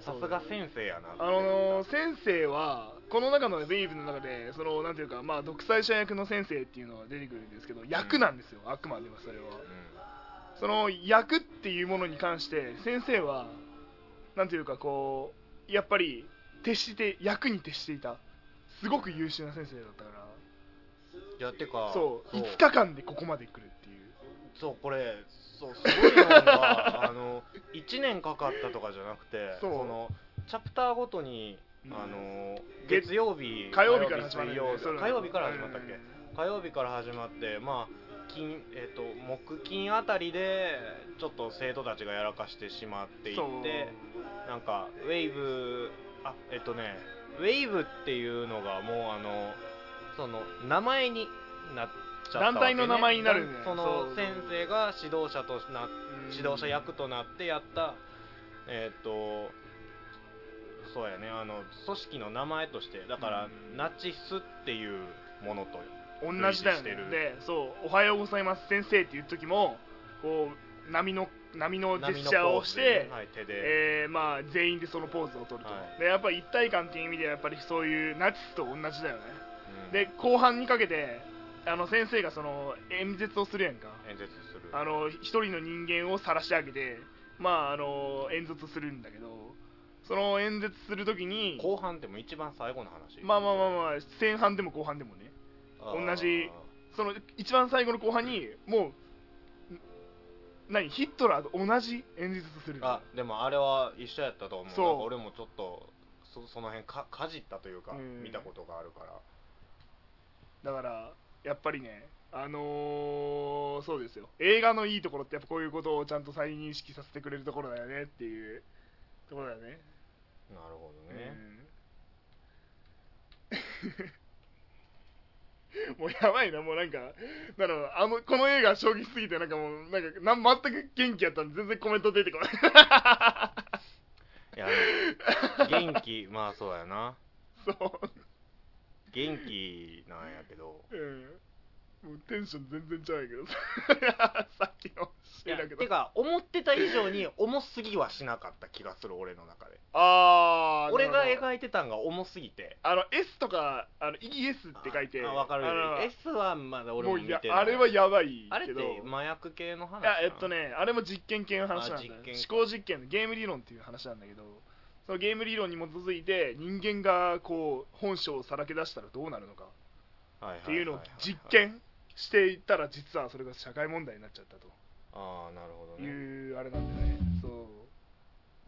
[SPEAKER 1] さすが先生やなって
[SPEAKER 2] あのー先生はこの中のベイブの中でそのなんていうかまあ独裁者役の先生っていうのが出てくるんですけど役なんですよ、あくまでもそれはその役っていうものに関して先生はなんていうかこうやっぱり徹して役に徹していたすごく優秀な先生だったか
[SPEAKER 1] うん、いやてから
[SPEAKER 2] そう
[SPEAKER 1] そう
[SPEAKER 2] 5日間でここまで来るっていう
[SPEAKER 1] そうこれそうすごいのがあ の1年かかったとかじゃなくて
[SPEAKER 2] そう
[SPEAKER 1] のチャプターごとに、
[SPEAKER 2] うん
[SPEAKER 1] あの
[SPEAKER 2] 月
[SPEAKER 1] 月曜日
[SPEAKER 2] 火曜日から始まるん
[SPEAKER 1] 火
[SPEAKER 2] だよ
[SPEAKER 1] 曜
[SPEAKER 2] ね
[SPEAKER 1] 日
[SPEAKER 2] そ
[SPEAKER 1] 水曜
[SPEAKER 2] れは
[SPEAKER 1] 火曜日から始まったっけ、
[SPEAKER 2] うん
[SPEAKER 1] 火曜日から始まってまあ金えっ、と木金あたりでちょっと生徒たちがやらかしてしまってい
[SPEAKER 2] そう
[SPEAKER 1] ってなんかウェイブあえっ、とねウェイブっていうのがもうあのその名前になっちゃったわけ、ね、
[SPEAKER 2] 団体の名前になるんだよね
[SPEAKER 1] そ
[SPEAKER 2] そ
[SPEAKER 1] の
[SPEAKER 2] う
[SPEAKER 1] 先生が指導者とな
[SPEAKER 2] うん
[SPEAKER 1] 指導者役となってやったえっ、とそうやねあの組織の名前としてだから、
[SPEAKER 2] うん
[SPEAKER 1] ナチスっていうものと
[SPEAKER 2] 同じだ
[SPEAKER 1] 類似し
[SPEAKER 2] よね
[SPEAKER 1] てる
[SPEAKER 2] でそう「おはようございます先生」っていう時もこう波の波のジェスチャーをし
[SPEAKER 1] 波のポーズで、
[SPEAKER 2] て
[SPEAKER 1] ねはい、手で、
[SPEAKER 2] えーまあ、全員でそのポーズを取ると、
[SPEAKER 1] はい
[SPEAKER 2] でやっぱり一体感っていう意味ではやっぱりそういうナチスと同じだよね
[SPEAKER 1] うん
[SPEAKER 2] で後半にかけてあの先生がその演説をするやんか
[SPEAKER 1] 演説する
[SPEAKER 2] あの一人の人間を晒し上げてまああの演説するんだけどその演説する時に
[SPEAKER 1] 後半でも一番最後の話
[SPEAKER 2] まあまあまあまあ前半でも後半でもね
[SPEAKER 1] あー
[SPEAKER 2] 同じその一番最後の後半にもうん何ヒットラーと同じ演説するの
[SPEAKER 1] あでもあれは一緒やったと思う
[SPEAKER 2] そう
[SPEAKER 1] なんか俺もちょっとそその辺かかじったというか、
[SPEAKER 2] うん
[SPEAKER 1] 見たことがあるから
[SPEAKER 2] だからやっぱりねあのーそうですよ映画のいいところってやっぱこういうことをちゃんと再認識させてくれるところだよねっていうところだよね
[SPEAKER 1] なるほどね、
[SPEAKER 2] うん もうやばいなもうなんかだからあのこの映画衝撃すぎてなんかもうなんかなん全く元気やったんで全然コメント出てこない
[SPEAKER 1] いやでも元気 まあそうやな
[SPEAKER 2] そう
[SPEAKER 1] 元気なんやけど
[SPEAKER 2] うんもうテンション全然ちゃうやけど ささっきの
[SPEAKER 1] い
[SPEAKER 2] シ
[SPEAKER 1] や
[SPEAKER 2] ーンだけど
[SPEAKER 1] てか思ってた以上に重すぎはしなかった気がする俺の中で
[SPEAKER 2] あー
[SPEAKER 1] 俺が
[SPEAKER 2] なるほど
[SPEAKER 1] 描いてたんが重すぎて
[SPEAKER 2] あの S とかあの ES って書いて
[SPEAKER 1] ああわかる
[SPEAKER 2] あの
[SPEAKER 1] S はまだ俺
[SPEAKER 2] も
[SPEAKER 1] も
[SPEAKER 2] う
[SPEAKER 1] 見
[SPEAKER 2] い
[SPEAKER 1] て
[SPEAKER 2] や
[SPEAKER 1] ない
[SPEAKER 2] あれはやばい
[SPEAKER 1] あれ
[SPEAKER 2] け
[SPEAKER 1] っ
[SPEAKER 2] ど
[SPEAKER 1] て麻薬系の話
[SPEAKER 2] いやえっとねあれも実験系の話なんだよ
[SPEAKER 1] あ実験
[SPEAKER 2] 思考実験のゲーム理論っていう話なんだけどそのゲーム理論に基づいて人間がこう本性をさらけ出したらどうなるのか
[SPEAKER 1] っ
[SPEAKER 2] っていうのを実験していったら実はそれが社会問題になっちゃったと
[SPEAKER 1] ああなるほどね
[SPEAKER 2] いうあれなんでねそ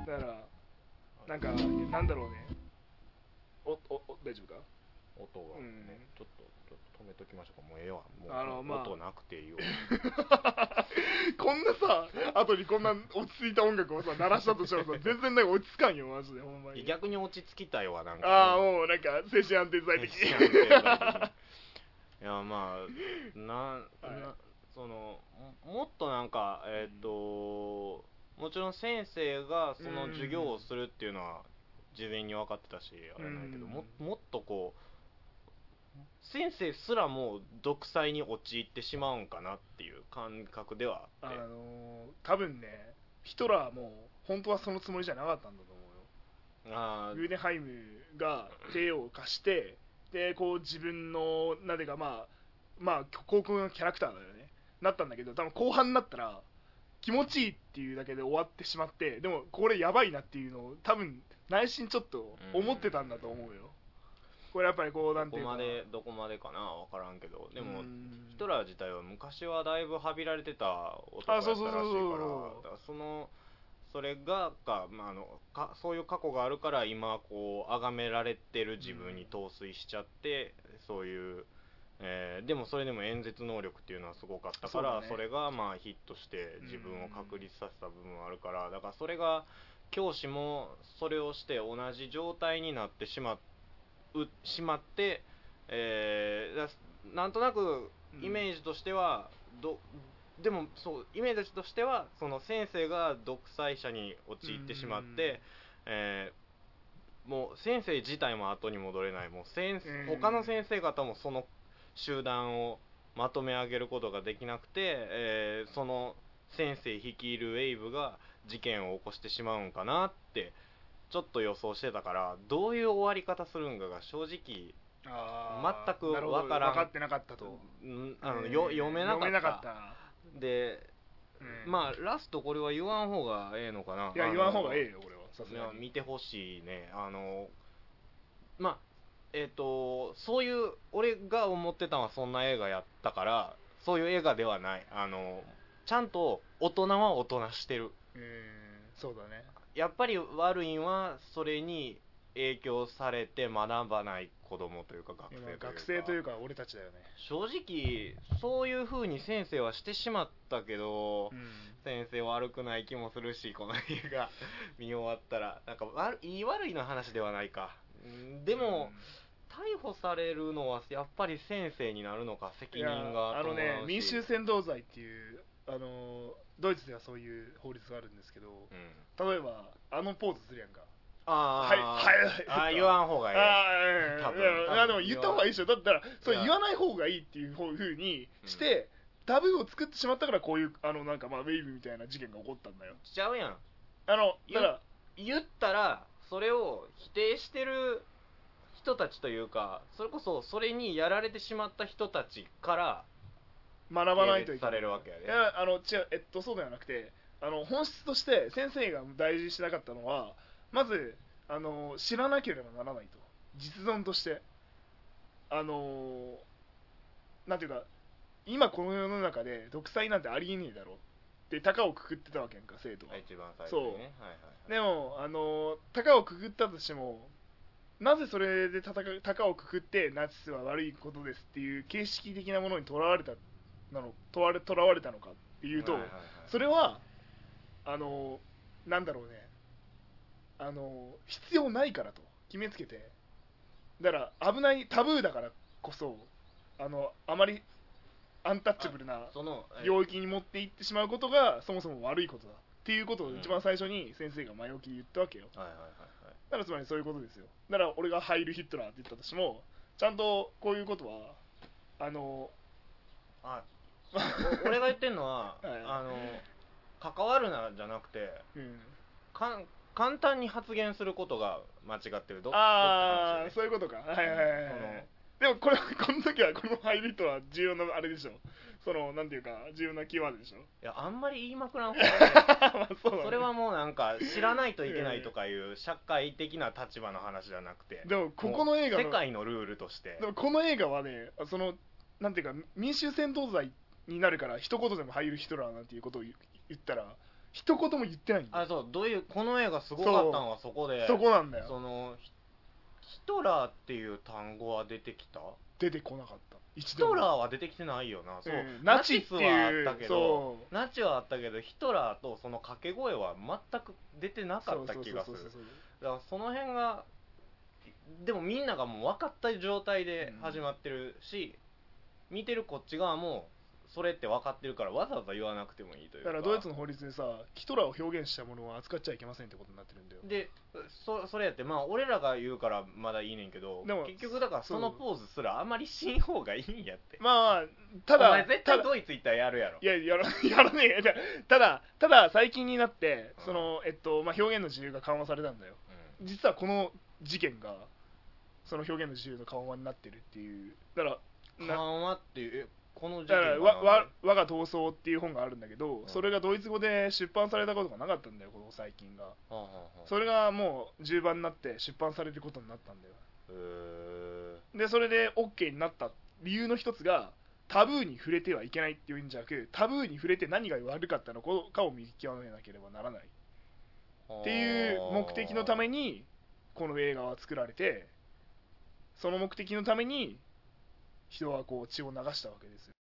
[SPEAKER 2] うだからなんかなんだろうねおおお大丈夫か
[SPEAKER 1] 音がね、ち
[SPEAKER 2] うん
[SPEAKER 1] ょっとちょっと止めときましょうかもうええわもう
[SPEAKER 2] あのまあ
[SPEAKER 1] 音なくていい よ
[SPEAKER 2] こんなさ後にこんな落ち着いた音楽をさ鳴らしたとしたらさ全然なんか落ち着かんよマジでほんまに
[SPEAKER 1] 逆に落ち着きたいわなんか
[SPEAKER 2] ああもうなんか精神安定剤的
[SPEAKER 1] いや安定剤的 いやまあなん、
[SPEAKER 2] はい
[SPEAKER 1] なそのももっとなんかえっ、ともちろん先生がその授業をするっていうのは事前に分かってたしあれないけど
[SPEAKER 2] うん
[SPEAKER 1] ももっとこう先生すらもう独裁に陥ってしまうんかなっていう感覚ではあ
[SPEAKER 2] あ
[SPEAKER 1] って
[SPEAKER 2] のー多分ねヒトラーも本当はそのつもりじゃなかったんだと思うよ
[SPEAKER 1] あー
[SPEAKER 2] グーデンハイムが帝王を貸してでこう自分のなんていうかまあまあ高校のキャラクターだよねなったんだけど多分後半になったら気持ちいいっていうだけで終わってしまってでもこれやばいなっていうのを多分内心ちょっと思ってたんだと思うよ、これやっぱりこうなん
[SPEAKER 1] どこ
[SPEAKER 2] ていうか
[SPEAKER 1] までどこまでかな分からんけどでも
[SPEAKER 2] うん
[SPEAKER 1] ヒトラー自体は昔はだいぶはびられてた男だったらしいから
[SPEAKER 2] あそうそうそうそう
[SPEAKER 1] だからそのそれがか,、まあ、あのかそういう過去があるから今こう崇められてる自分に陶酔しちゃって、そういう、えーでもそれでも演説能力っていうのはすごかった
[SPEAKER 2] そ
[SPEAKER 1] か
[SPEAKER 2] うだ
[SPEAKER 1] らそ,、
[SPEAKER 2] ね
[SPEAKER 1] れがまあヒットして自分を確立させた部分はあるからだからそれが教師もそれをして同じ状態になってしまうしまって、えーだなんとなくイメージとしてはどでもそうイメージとしてはその先生が独裁者に陥ってしまって、
[SPEAKER 2] うん
[SPEAKER 1] えーもう先生自体も後に戻れないもう先
[SPEAKER 2] うん
[SPEAKER 1] 他の先生方もその集団をまとめ上げることができなくて、えーその先生率いるウェイブが事件を起こしてしまうんかなってちょっと予想してたからどういう終わり方するんかが正直
[SPEAKER 2] あー
[SPEAKER 1] 全く
[SPEAKER 2] なるほど
[SPEAKER 1] わからん
[SPEAKER 2] 分かってなかったと
[SPEAKER 1] んあのよ
[SPEAKER 2] えー
[SPEAKER 1] 読めなかった
[SPEAKER 2] 読めなかった
[SPEAKER 1] で、
[SPEAKER 2] うん
[SPEAKER 1] まあラストこれは言わん方がええのかない
[SPEAKER 2] や言わん方がええ
[SPEAKER 1] え
[SPEAKER 2] よ俺はさすがに
[SPEAKER 1] 見てほしいねあのまあえっ、とそういう俺が思ってたのはそんな映画やったからそういう映画ではないあのちゃんと大人は大人してる
[SPEAKER 2] うんそうだね
[SPEAKER 1] やっぱり悪いんはそれに影響されて学ばない子供というか学生というか
[SPEAKER 2] 学生というか俺たちだよね
[SPEAKER 1] 正直そういう風に先生はしてしまったけど、
[SPEAKER 2] うん
[SPEAKER 1] 先生悪くない気もするしこの映画 見終わったらなんか悪いい悪いの話ではないかうんでも、逮捕されるのはやっぱり先生になるのか責
[SPEAKER 2] い
[SPEAKER 1] 任
[SPEAKER 2] や
[SPEAKER 1] が
[SPEAKER 2] あの
[SPEAKER 1] 伴う
[SPEAKER 2] ね
[SPEAKER 1] し
[SPEAKER 2] 民衆扇動罪っていうあのドイツではそういう法律があるんですけど
[SPEAKER 1] うん
[SPEAKER 2] 例えばあのポーズするやんか
[SPEAKER 1] あー
[SPEAKER 2] はいはい
[SPEAKER 1] あー言わん方がいい
[SPEAKER 2] あ
[SPEAKER 1] 多
[SPEAKER 2] あ
[SPEAKER 1] 分多分
[SPEAKER 2] でも言った方がいいでしょだったらそれ
[SPEAKER 1] いや
[SPEAKER 2] 言わない方がいいっていうふうにして、タブーを作ってしまったからこういうあのなんかまあウェイブみたいな事件が起こったんだよ
[SPEAKER 1] しちゃうやん
[SPEAKER 2] あのだから
[SPEAKER 1] 言ったらそれを否定してる人たちというかそれこそそれにやられてしまった人たちから
[SPEAKER 2] 学ばないといけない
[SPEAKER 1] されるわけやで
[SPEAKER 2] いやあの違うえっとそうではなくてあの本質として先生が大事にしなかったのはまずあの知らなければならないと実存としてあのなんていうか今この世の中で独裁なんてありえねえだろって高をくくってたわけやんか生徒は、
[SPEAKER 1] 一番最初にねはいはいはい
[SPEAKER 2] でもあの高をくくったとしてもなぜそれで戦う高をくくってナチスは悪いことですっていう形式的なものにとらわれたなのとらわれとらわれたのかっていうと、
[SPEAKER 1] はいはいはい
[SPEAKER 2] それはあのなんだろうねあの必要ないからと決めつけてだから危ないタブーだからこそあのあまりアンタッチャブルな
[SPEAKER 1] そのえ
[SPEAKER 2] 領域に持っていってしまうことがそもそも悪いことだっていうことを一番最初に先生が前置きで言ったわけよ
[SPEAKER 1] はいはいはいはい
[SPEAKER 2] だからつまりそういうことですよだから俺がハイル・ヒットラーって言ったとしてもちゃんとこういうことはあの
[SPEAKER 1] あお 俺が言ってんのは
[SPEAKER 2] はい
[SPEAKER 1] あの関わるなじゃなくて
[SPEAKER 2] うん
[SPEAKER 1] かん簡単に発言することが間違ってるど
[SPEAKER 2] ああ
[SPEAKER 1] どっ
[SPEAKER 2] そういうことかはいはいはい、は
[SPEAKER 1] その
[SPEAKER 2] い、でもこれ この時はこのハイル・ヒットラー重要なあれでしょそのなんていうか重要なキーワードでし
[SPEAKER 1] ち
[SPEAKER 2] ょ
[SPEAKER 1] の話いやあんまり言いまくらん方がいい
[SPEAKER 2] ま あ そうだね
[SPEAKER 1] それはもうなんか知らないといけないとかいう社会的な立場の話じゃなくて
[SPEAKER 2] でもここの映画
[SPEAKER 1] も
[SPEAKER 2] の
[SPEAKER 1] う世界のルールとして
[SPEAKER 2] でもこの映画はねそのなんていうか民衆扇動罪になるから一言でも入るヒトラーなんていうことを言言ったら一言も言ってないんだ
[SPEAKER 1] あ
[SPEAKER 2] よ
[SPEAKER 1] そうどういうこの映画すごかったのはそこで
[SPEAKER 2] そこなんだよ
[SPEAKER 1] そのヒヒトラーっていう単語は出てきた
[SPEAKER 2] 出てこなかった一
[SPEAKER 1] ヒトラー
[SPEAKER 2] ー
[SPEAKER 1] は出てきてないよな、そう
[SPEAKER 2] うんナチっていう
[SPEAKER 1] ナチスはあったけど
[SPEAKER 2] そ
[SPEAKER 1] ナチはあったけどヒトラーとその掛け声は全く出てなか
[SPEAKER 2] そ
[SPEAKER 1] っ
[SPEAKER 2] う
[SPEAKER 1] た
[SPEAKER 2] そう
[SPEAKER 1] 気
[SPEAKER 2] そう
[SPEAKER 1] が
[SPEAKER 2] そ
[SPEAKER 1] す
[SPEAKER 2] う
[SPEAKER 1] るだからその辺がでもみんながもう分かった状態で始まってるし、見てるこっち側もそれって分かってるからわざわざ言わなくてもいいという
[SPEAKER 2] だ
[SPEAKER 1] か
[SPEAKER 2] からドイツの法律でさヒトラーを表現したものは扱っちゃいけませんってことになってるんだよ
[SPEAKER 1] でそそれやってまあ俺らが言うからまだいいねんけど
[SPEAKER 2] でも
[SPEAKER 1] 結局だからそのポーズすらあんまりしん方がいいんやって、
[SPEAKER 2] まあただ
[SPEAKER 1] お前絶
[SPEAKER 2] た
[SPEAKER 1] 対
[SPEAKER 2] だ
[SPEAKER 1] ドイツ行ったらやるやろ
[SPEAKER 2] いややら やらねえよただただ最近になってその、えっとまあ、表現の自由が緩和されたんだよ
[SPEAKER 1] う
[SPEAKER 2] 実はこの事件がその表現の自由の緩和になってるっていうだから
[SPEAKER 1] ん
[SPEAKER 2] な
[SPEAKER 1] 緩和っていうえこの時
[SPEAKER 2] だ
[SPEAKER 1] 期
[SPEAKER 2] からわわ「我が闘争」っていう本があるんだけど、
[SPEAKER 1] ん
[SPEAKER 2] それがドイツ語で出版されたことがなかったんだよこの最近が
[SPEAKER 1] はあはあはあ
[SPEAKER 2] それがもう10番になって出版されることになったんだよ
[SPEAKER 1] へー
[SPEAKER 2] でそれで OK になった理由の一つがタブーに触れてはいけないっていうんじゃなくタブーに触れて何が悪かったのかを見極めなければならないっていう目的のためにこの映画は作られてその目的のために人はこう血を流したわけですよ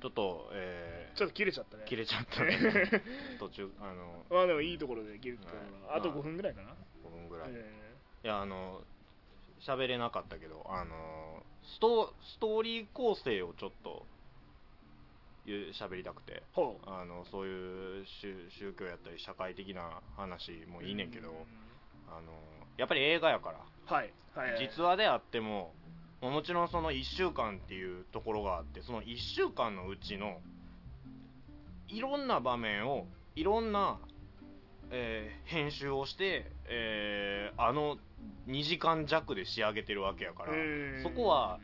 [SPEAKER 1] ちょっとえー
[SPEAKER 2] ちょっと切れちゃったね
[SPEAKER 1] 切れちゃったね 途中あの
[SPEAKER 2] まあでもいいところで切れたから、
[SPEAKER 1] はい
[SPEAKER 2] あと
[SPEAKER 1] まあ
[SPEAKER 2] 5分ぐらいかな、
[SPEAKER 1] 5分ぐらい、い
[SPEAKER 2] え
[SPEAKER 1] やあの喋れなかったけどあのストストーリー構成をちょっとゆ喋りたくて
[SPEAKER 2] ーほう
[SPEAKER 1] あのそういう宗宗教やったり社会的な話もいいねんけど、
[SPEAKER 2] う
[SPEAKER 1] あのやっぱり映画やから、
[SPEAKER 2] はいはいはい
[SPEAKER 1] 実話であってもまあもちろんその1週間っていうところがあってその1週間のうちのいろんな場面をいろんな、えー編集をして、えーあの2時間弱で仕上げてるわけやから、
[SPEAKER 2] うん
[SPEAKER 1] そこは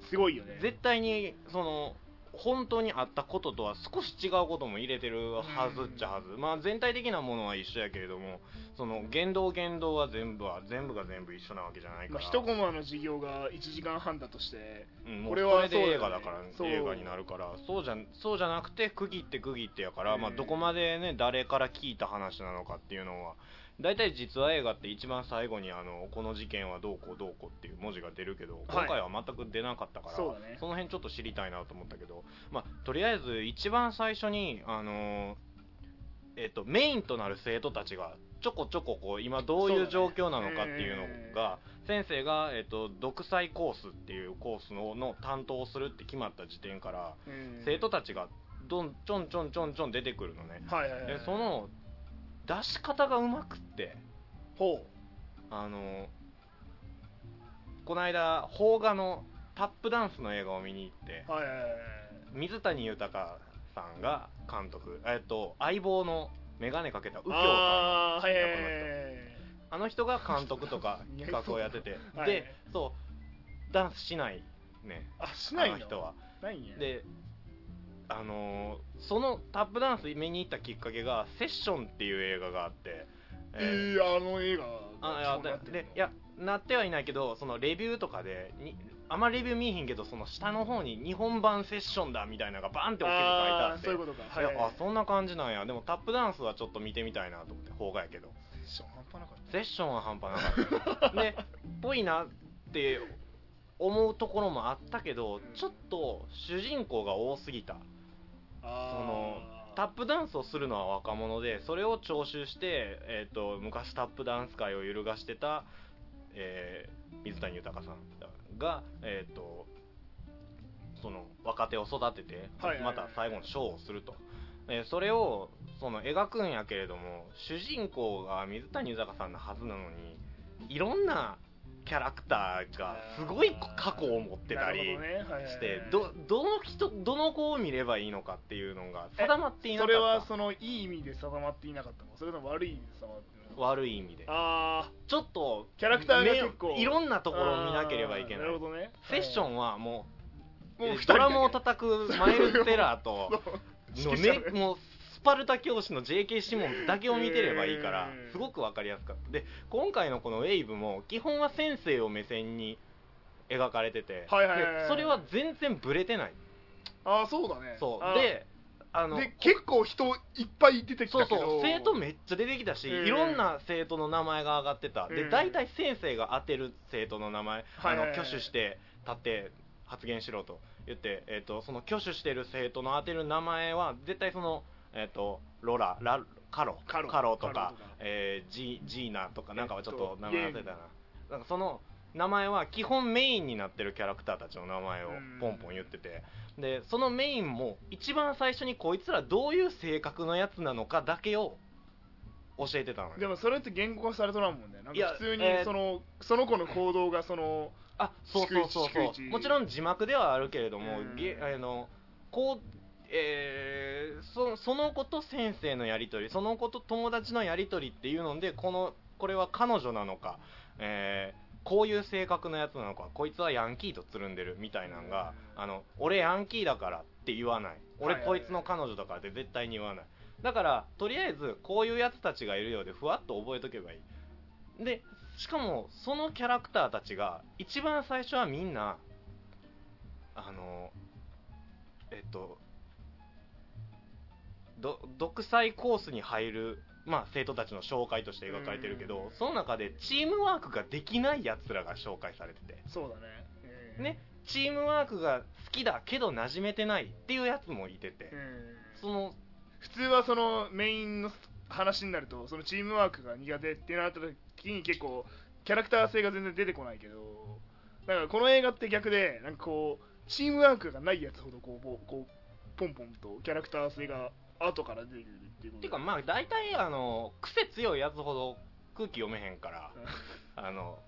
[SPEAKER 2] すごいよね
[SPEAKER 1] 絶対にその本当にあったこととは少し違うことも入れてるはずっちゃはず、まあ全体的なものは一緒やけれどもその言動言動は全部は全部が全部一緒なわけじゃないか
[SPEAKER 2] ま
[SPEAKER 1] ら、
[SPEAKER 2] あ、1コマの授業が1時間半だとして
[SPEAKER 1] うん、もう
[SPEAKER 2] これは
[SPEAKER 1] それで映
[SPEAKER 2] そう
[SPEAKER 1] 画
[SPEAKER 2] だ
[SPEAKER 1] だ
[SPEAKER 2] よね
[SPEAKER 1] から、
[SPEAKER 2] そう
[SPEAKER 1] 映画になるからそうじゃそうじゃなくて区切って区切ってやから、まあ、
[SPEAKER 2] うん
[SPEAKER 1] どこまでね誰から聞いた話なのかっていうのは大体実は映画って一番最後にあのこの事件はどうこうどうこうっていう文字が出るけど
[SPEAKER 2] はい
[SPEAKER 1] 今回は全く出なかったから、
[SPEAKER 2] そうだね
[SPEAKER 1] の辺ちょっと知りたいなと思ったけど、まあ、とりあえず一番最初にあのーえっと、メインとなる生徒たちがちょこちょここう今どういう状況なのかっていうのが先生が、えっと、独裁コースっていうコースのの担当をするって決まった時点から生徒たちがどんちょんちょんちょんちょん出てくるのね
[SPEAKER 2] はいはいはい
[SPEAKER 1] でその出し方がうまくって
[SPEAKER 2] ほ
[SPEAKER 1] あのこの間邦画のタップダンスの映画を見に行って
[SPEAKER 2] うはいはいはいはい
[SPEAKER 1] 水谷豊さんが監督えっと相棒の眼鏡かけた右京さん
[SPEAKER 2] あーはいはいはい
[SPEAKER 1] この人あの人が監督とか
[SPEAKER 2] 似合いそう
[SPEAKER 1] 企画をやってて、
[SPEAKER 2] はい
[SPEAKER 1] で、そう、ダンスしないね、
[SPEAKER 2] あしない
[SPEAKER 1] あ
[SPEAKER 2] の
[SPEAKER 1] の人は。
[SPEAKER 2] ないんや
[SPEAKER 1] で、あのーそのタップダンス見に行ったきっかけが、セッションっていう映画があって、え
[SPEAKER 2] え
[SPEAKER 1] ー
[SPEAKER 2] ーあの映画
[SPEAKER 1] あいや
[SPEAKER 2] そうなって
[SPEAKER 1] で
[SPEAKER 2] るの
[SPEAKER 1] でいや、なってはいないけど、そのレビューとかで、にあんまレビュー見えへんけど、その下の方に日本版セッションだみたいなのがバンって大きく書いてあ
[SPEAKER 2] あ
[SPEAKER 1] っ
[SPEAKER 2] ー
[SPEAKER 1] て。
[SPEAKER 2] そういうことか
[SPEAKER 1] いやあそんな感じなんやでもタップダンスはちょっと見てみたいなと思って邦画やけど
[SPEAKER 2] セッション半端なかった
[SPEAKER 1] セッションは半端なかったでぽいなって思うところもあったけどちょっと主人公が多すぎた
[SPEAKER 2] あー
[SPEAKER 1] タップダンスをするのは若者でそれを徴収して、えー、と昔タップダンス界を揺るがしてた、えー水谷豊さんが、えー、とその若手を育てて、
[SPEAKER 2] はいはいはい
[SPEAKER 1] また最後のショーをすると、えーそれをその描くんやけれども主人公が水谷豊さんのはずなのにいろんなキャラクターがすごい過去を持ってたり。
[SPEAKER 2] なるほどねはいはいはい
[SPEAKER 1] してどどの人どの子を見ればいいのかっていうのが定まっていなかった
[SPEAKER 2] それはそのいい意味で定まっていなかったのそれとも悪い意味で定まっていなかっ
[SPEAKER 1] 悪い意味で
[SPEAKER 2] たあ
[SPEAKER 1] ちょっと
[SPEAKER 2] キャラクターが結構
[SPEAKER 1] 目をいろんな
[SPEAKER 2] あ
[SPEAKER 1] ところを見なければいけない
[SPEAKER 2] なるほどね
[SPEAKER 1] セッションはもう,、
[SPEAKER 2] もう二人
[SPEAKER 1] ドラムを
[SPEAKER 2] だ
[SPEAKER 1] 叩くマイルズ・テラー と
[SPEAKER 2] け
[SPEAKER 1] の、
[SPEAKER 2] 指揮
[SPEAKER 1] ね
[SPEAKER 2] 者、ね
[SPEAKER 1] もうスパルタ教師の JK シモンズだけを見てればいいから
[SPEAKER 2] うん
[SPEAKER 1] すごくわかりやすかったで今回のこの「ウェイブ」も基本は先生を目線に描かれてて、
[SPEAKER 2] はいはいはい
[SPEAKER 1] でそれは全然ブレてない
[SPEAKER 2] ああそうだね
[SPEAKER 1] そう
[SPEAKER 2] あー
[SPEAKER 1] であの
[SPEAKER 2] で結構人いっぱい出てき
[SPEAKER 1] そう
[SPEAKER 2] たけど
[SPEAKER 1] そう生徒めっちゃ出てきたし、
[SPEAKER 2] うん
[SPEAKER 1] いろんな生徒の名前が上がってた、
[SPEAKER 2] う
[SPEAKER 1] で
[SPEAKER 2] ん
[SPEAKER 1] 大体先生が当てる生徒の名前、
[SPEAKER 2] はいはい
[SPEAKER 1] あ
[SPEAKER 2] はい
[SPEAKER 1] の挙手して立って発言しろと言って、えっとその挙手してる生徒の当てる名前は絶対その、えっとロララカロ
[SPEAKER 2] カロ
[SPEAKER 1] とか
[SPEAKER 2] カロとか
[SPEAKER 1] えージジーナとかなんかはちょっと
[SPEAKER 2] えっと
[SPEAKER 1] 名前忘れたな,、なんかその名前は基本メインになってるキャラクターたちの名前を
[SPEAKER 2] うん
[SPEAKER 1] ポンポン言ってて、でそのメインも一番最初にこいつらどういう性格のやつなのかだけを教えてたのよ
[SPEAKER 2] でもそれって言語化されとらんもんねなん
[SPEAKER 1] いや
[SPEAKER 2] か普通に
[SPEAKER 1] えー
[SPEAKER 2] その、その子の行動がその
[SPEAKER 1] あそうそうそう
[SPEAKER 2] 逐一
[SPEAKER 1] そ
[SPEAKER 2] 逐
[SPEAKER 1] う
[SPEAKER 2] 一
[SPEAKER 1] もちろん字幕ではあるけれども、
[SPEAKER 2] うん
[SPEAKER 1] げあのこうえーそその子と先生のやり取りその子と友達のやり取りっていうのでこのこれは彼女なのか、えーこういう性格のやつなのかこいつはヤンキーとつるんでるみたいなのが、
[SPEAKER 2] うん
[SPEAKER 1] あの俺ヤンキーだからって言わない俺
[SPEAKER 2] はいはい
[SPEAKER 1] こ
[SPEAKER 2] はい
[SPEAKER 1] いつの彼女だからって絶対に言わないだからとりあえずこういうやつたちがいるようでふわっと覚えとけばいいでしかもそのキャラクターたちが一番最初はみんなあのえっとど独裁コースに入る、まあ、生徒たちの紹介として描かれてるけど、
[SPEAKER 2] うん
[SPEAKER 1] その中でチームワークができないやつらが紹介されてて
[SPEAKER 2] そうだね、うん
[SPEAKER 1] ねチームワークが好きだけど馴染めてないっていうやつもいてて、
[SPEAKER 2] うん
[SPEAKER 1] その
[SPEAKER 2] 普通はそのメインの話になるとそのチームワークが苦手ってなった時に結構キャラクター性が全然出てこないけどだからこの映画って逆でなんかこうチームワークがないやつほどこうぼこうポンポンとキャラクター性が後から出てくるっていうこと
[SPEAKER 1] ていうかまあ大体あの癖強いやつほど空気読めへんからあの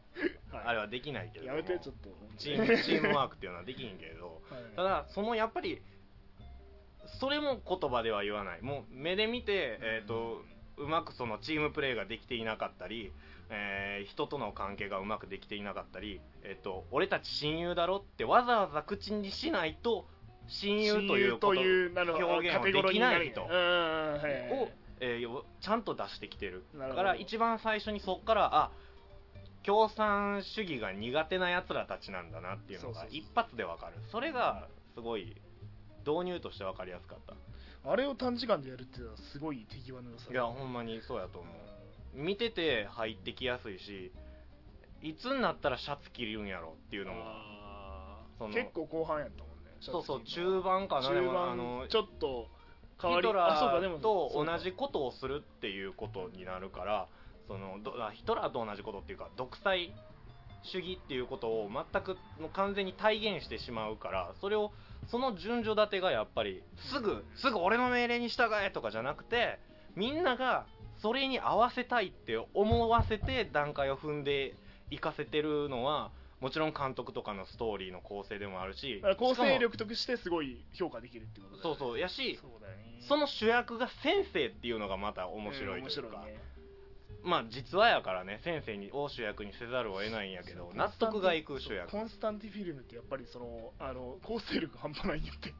[SPEAKER 1] あれはできないけれど
[SPEAKER 2] や
[SPEAKER 1] も
[SPEAKER 2] めてちょっと
[SPEAKER 1] チームチームワークっていうのはできんけれどた
[SPEAKER 2] はい
[SPEAKER 1] だそのやっぱりそれも言葉では言わないもう目で見て、えー、とうまくそのチームプレーができていなかったり、えー人との関係がうまくできていなかったり、えー、と俺たち親友だろってわざわざ口にしないと親友ということ
[SPEAKER 2] 親友というなるほど
[SPEAKER 1] 表現
[SPEAKER 2] カ
[SPEAKER 1] を
[SPEAKER 2] テゴ
[SPEAKER 1] で
[SPEAKER 2] リー
[SPEAKER 1] き
[SPEAKER 2] にな
[SPEAKER 1] な
[SPEAKER 2] る
[SPEAKER 1] い人
[SPEAKER 2] うんうんうんはいはいはい
[SPEAKER 1] を、えーよちゃんと出してきてるだ
[SPEAKER 2] なる
[SPEAKER 1] か
[SPEAKER 2] ほど
[SPEAKER 1] ら一番最初にそこからあ共産主義が苦手なやつらたちなんだなっていうの
[SPEAKER 2] そう
[SPEAKER 1] が
[SPEAKER 2] そうそう
[SPEAKER 1] 一発でわかるそれがすごい導入としてわかりやすかった
[SPEAKER 2] あれを短時間でやるっていうのはすごい手際の良さ
[SPEAKER 1] いやほんまにそうやと思う見てて入ってきやすいしいつになったらシャツ着るんやろっていうのも
[SPEAKER 2] あー
[SPEAKER 1] その
[SPEAKER 2] 結構後半やったもんね
[SPEAKER 1] そうそう
[SPEAKER 2] シャツ着る
[SPEAKER 1] 中盤かなで
[SPEAKER 2] の
[SPEAKER 1] も
[SPEAKER 2] 中盤
[SPEAKER 1] あの
[SPEAKER 2] ちょっと変わ
[SPEAKER 1] ヒ
[SPEAKER 2] り
[SPEAKER 1] ト
[SPEAKER 2] あそう
[SPEAKER 1] ラ
[SPEAKER 2] かでも
[SPEAKER 1] ーと
[SPEAKER 2] そう
[SPEAKER 1] 同
[SPEAKER 2] か
[SPEAKER 1] じことをするっていうことになるからそのどあヒトラーと同じことっていうか独裁主義っていうことを全くもう完全に体現してしまうからそれをその順序立てがやっぱりすぐすぐ俺の命令に従えとかじゃなくてみんながそれに合わせたいって思わせて段階を踏んでいかせてるのはもちろん監督とかのストーリーの構成でもあるし
[SPEAKER 2] だから構成
[SPEAKER 1] し
[SPEAKER 2] 力としてすごい評価できるってこと
[SPEAKER 1] かも
[SPEAKER 2] だ
[SPEAKER 1] そ
[SPEAKER 2] よ
[SPEAKER 1] うそう
[SPEAKER 2] ね
[SPEAKER 1] やし
[SPEAKER 2] そうだよね
[SPEAKER 1] その主役が先生っていうのがまた面白いというか、まあ実話やからね先生にを主役にせざるを得ないんやけど納得がいく主役
[SPEAKER 2] コンスタンティフィルムってやっぱりそのあの構成力半端ないんだって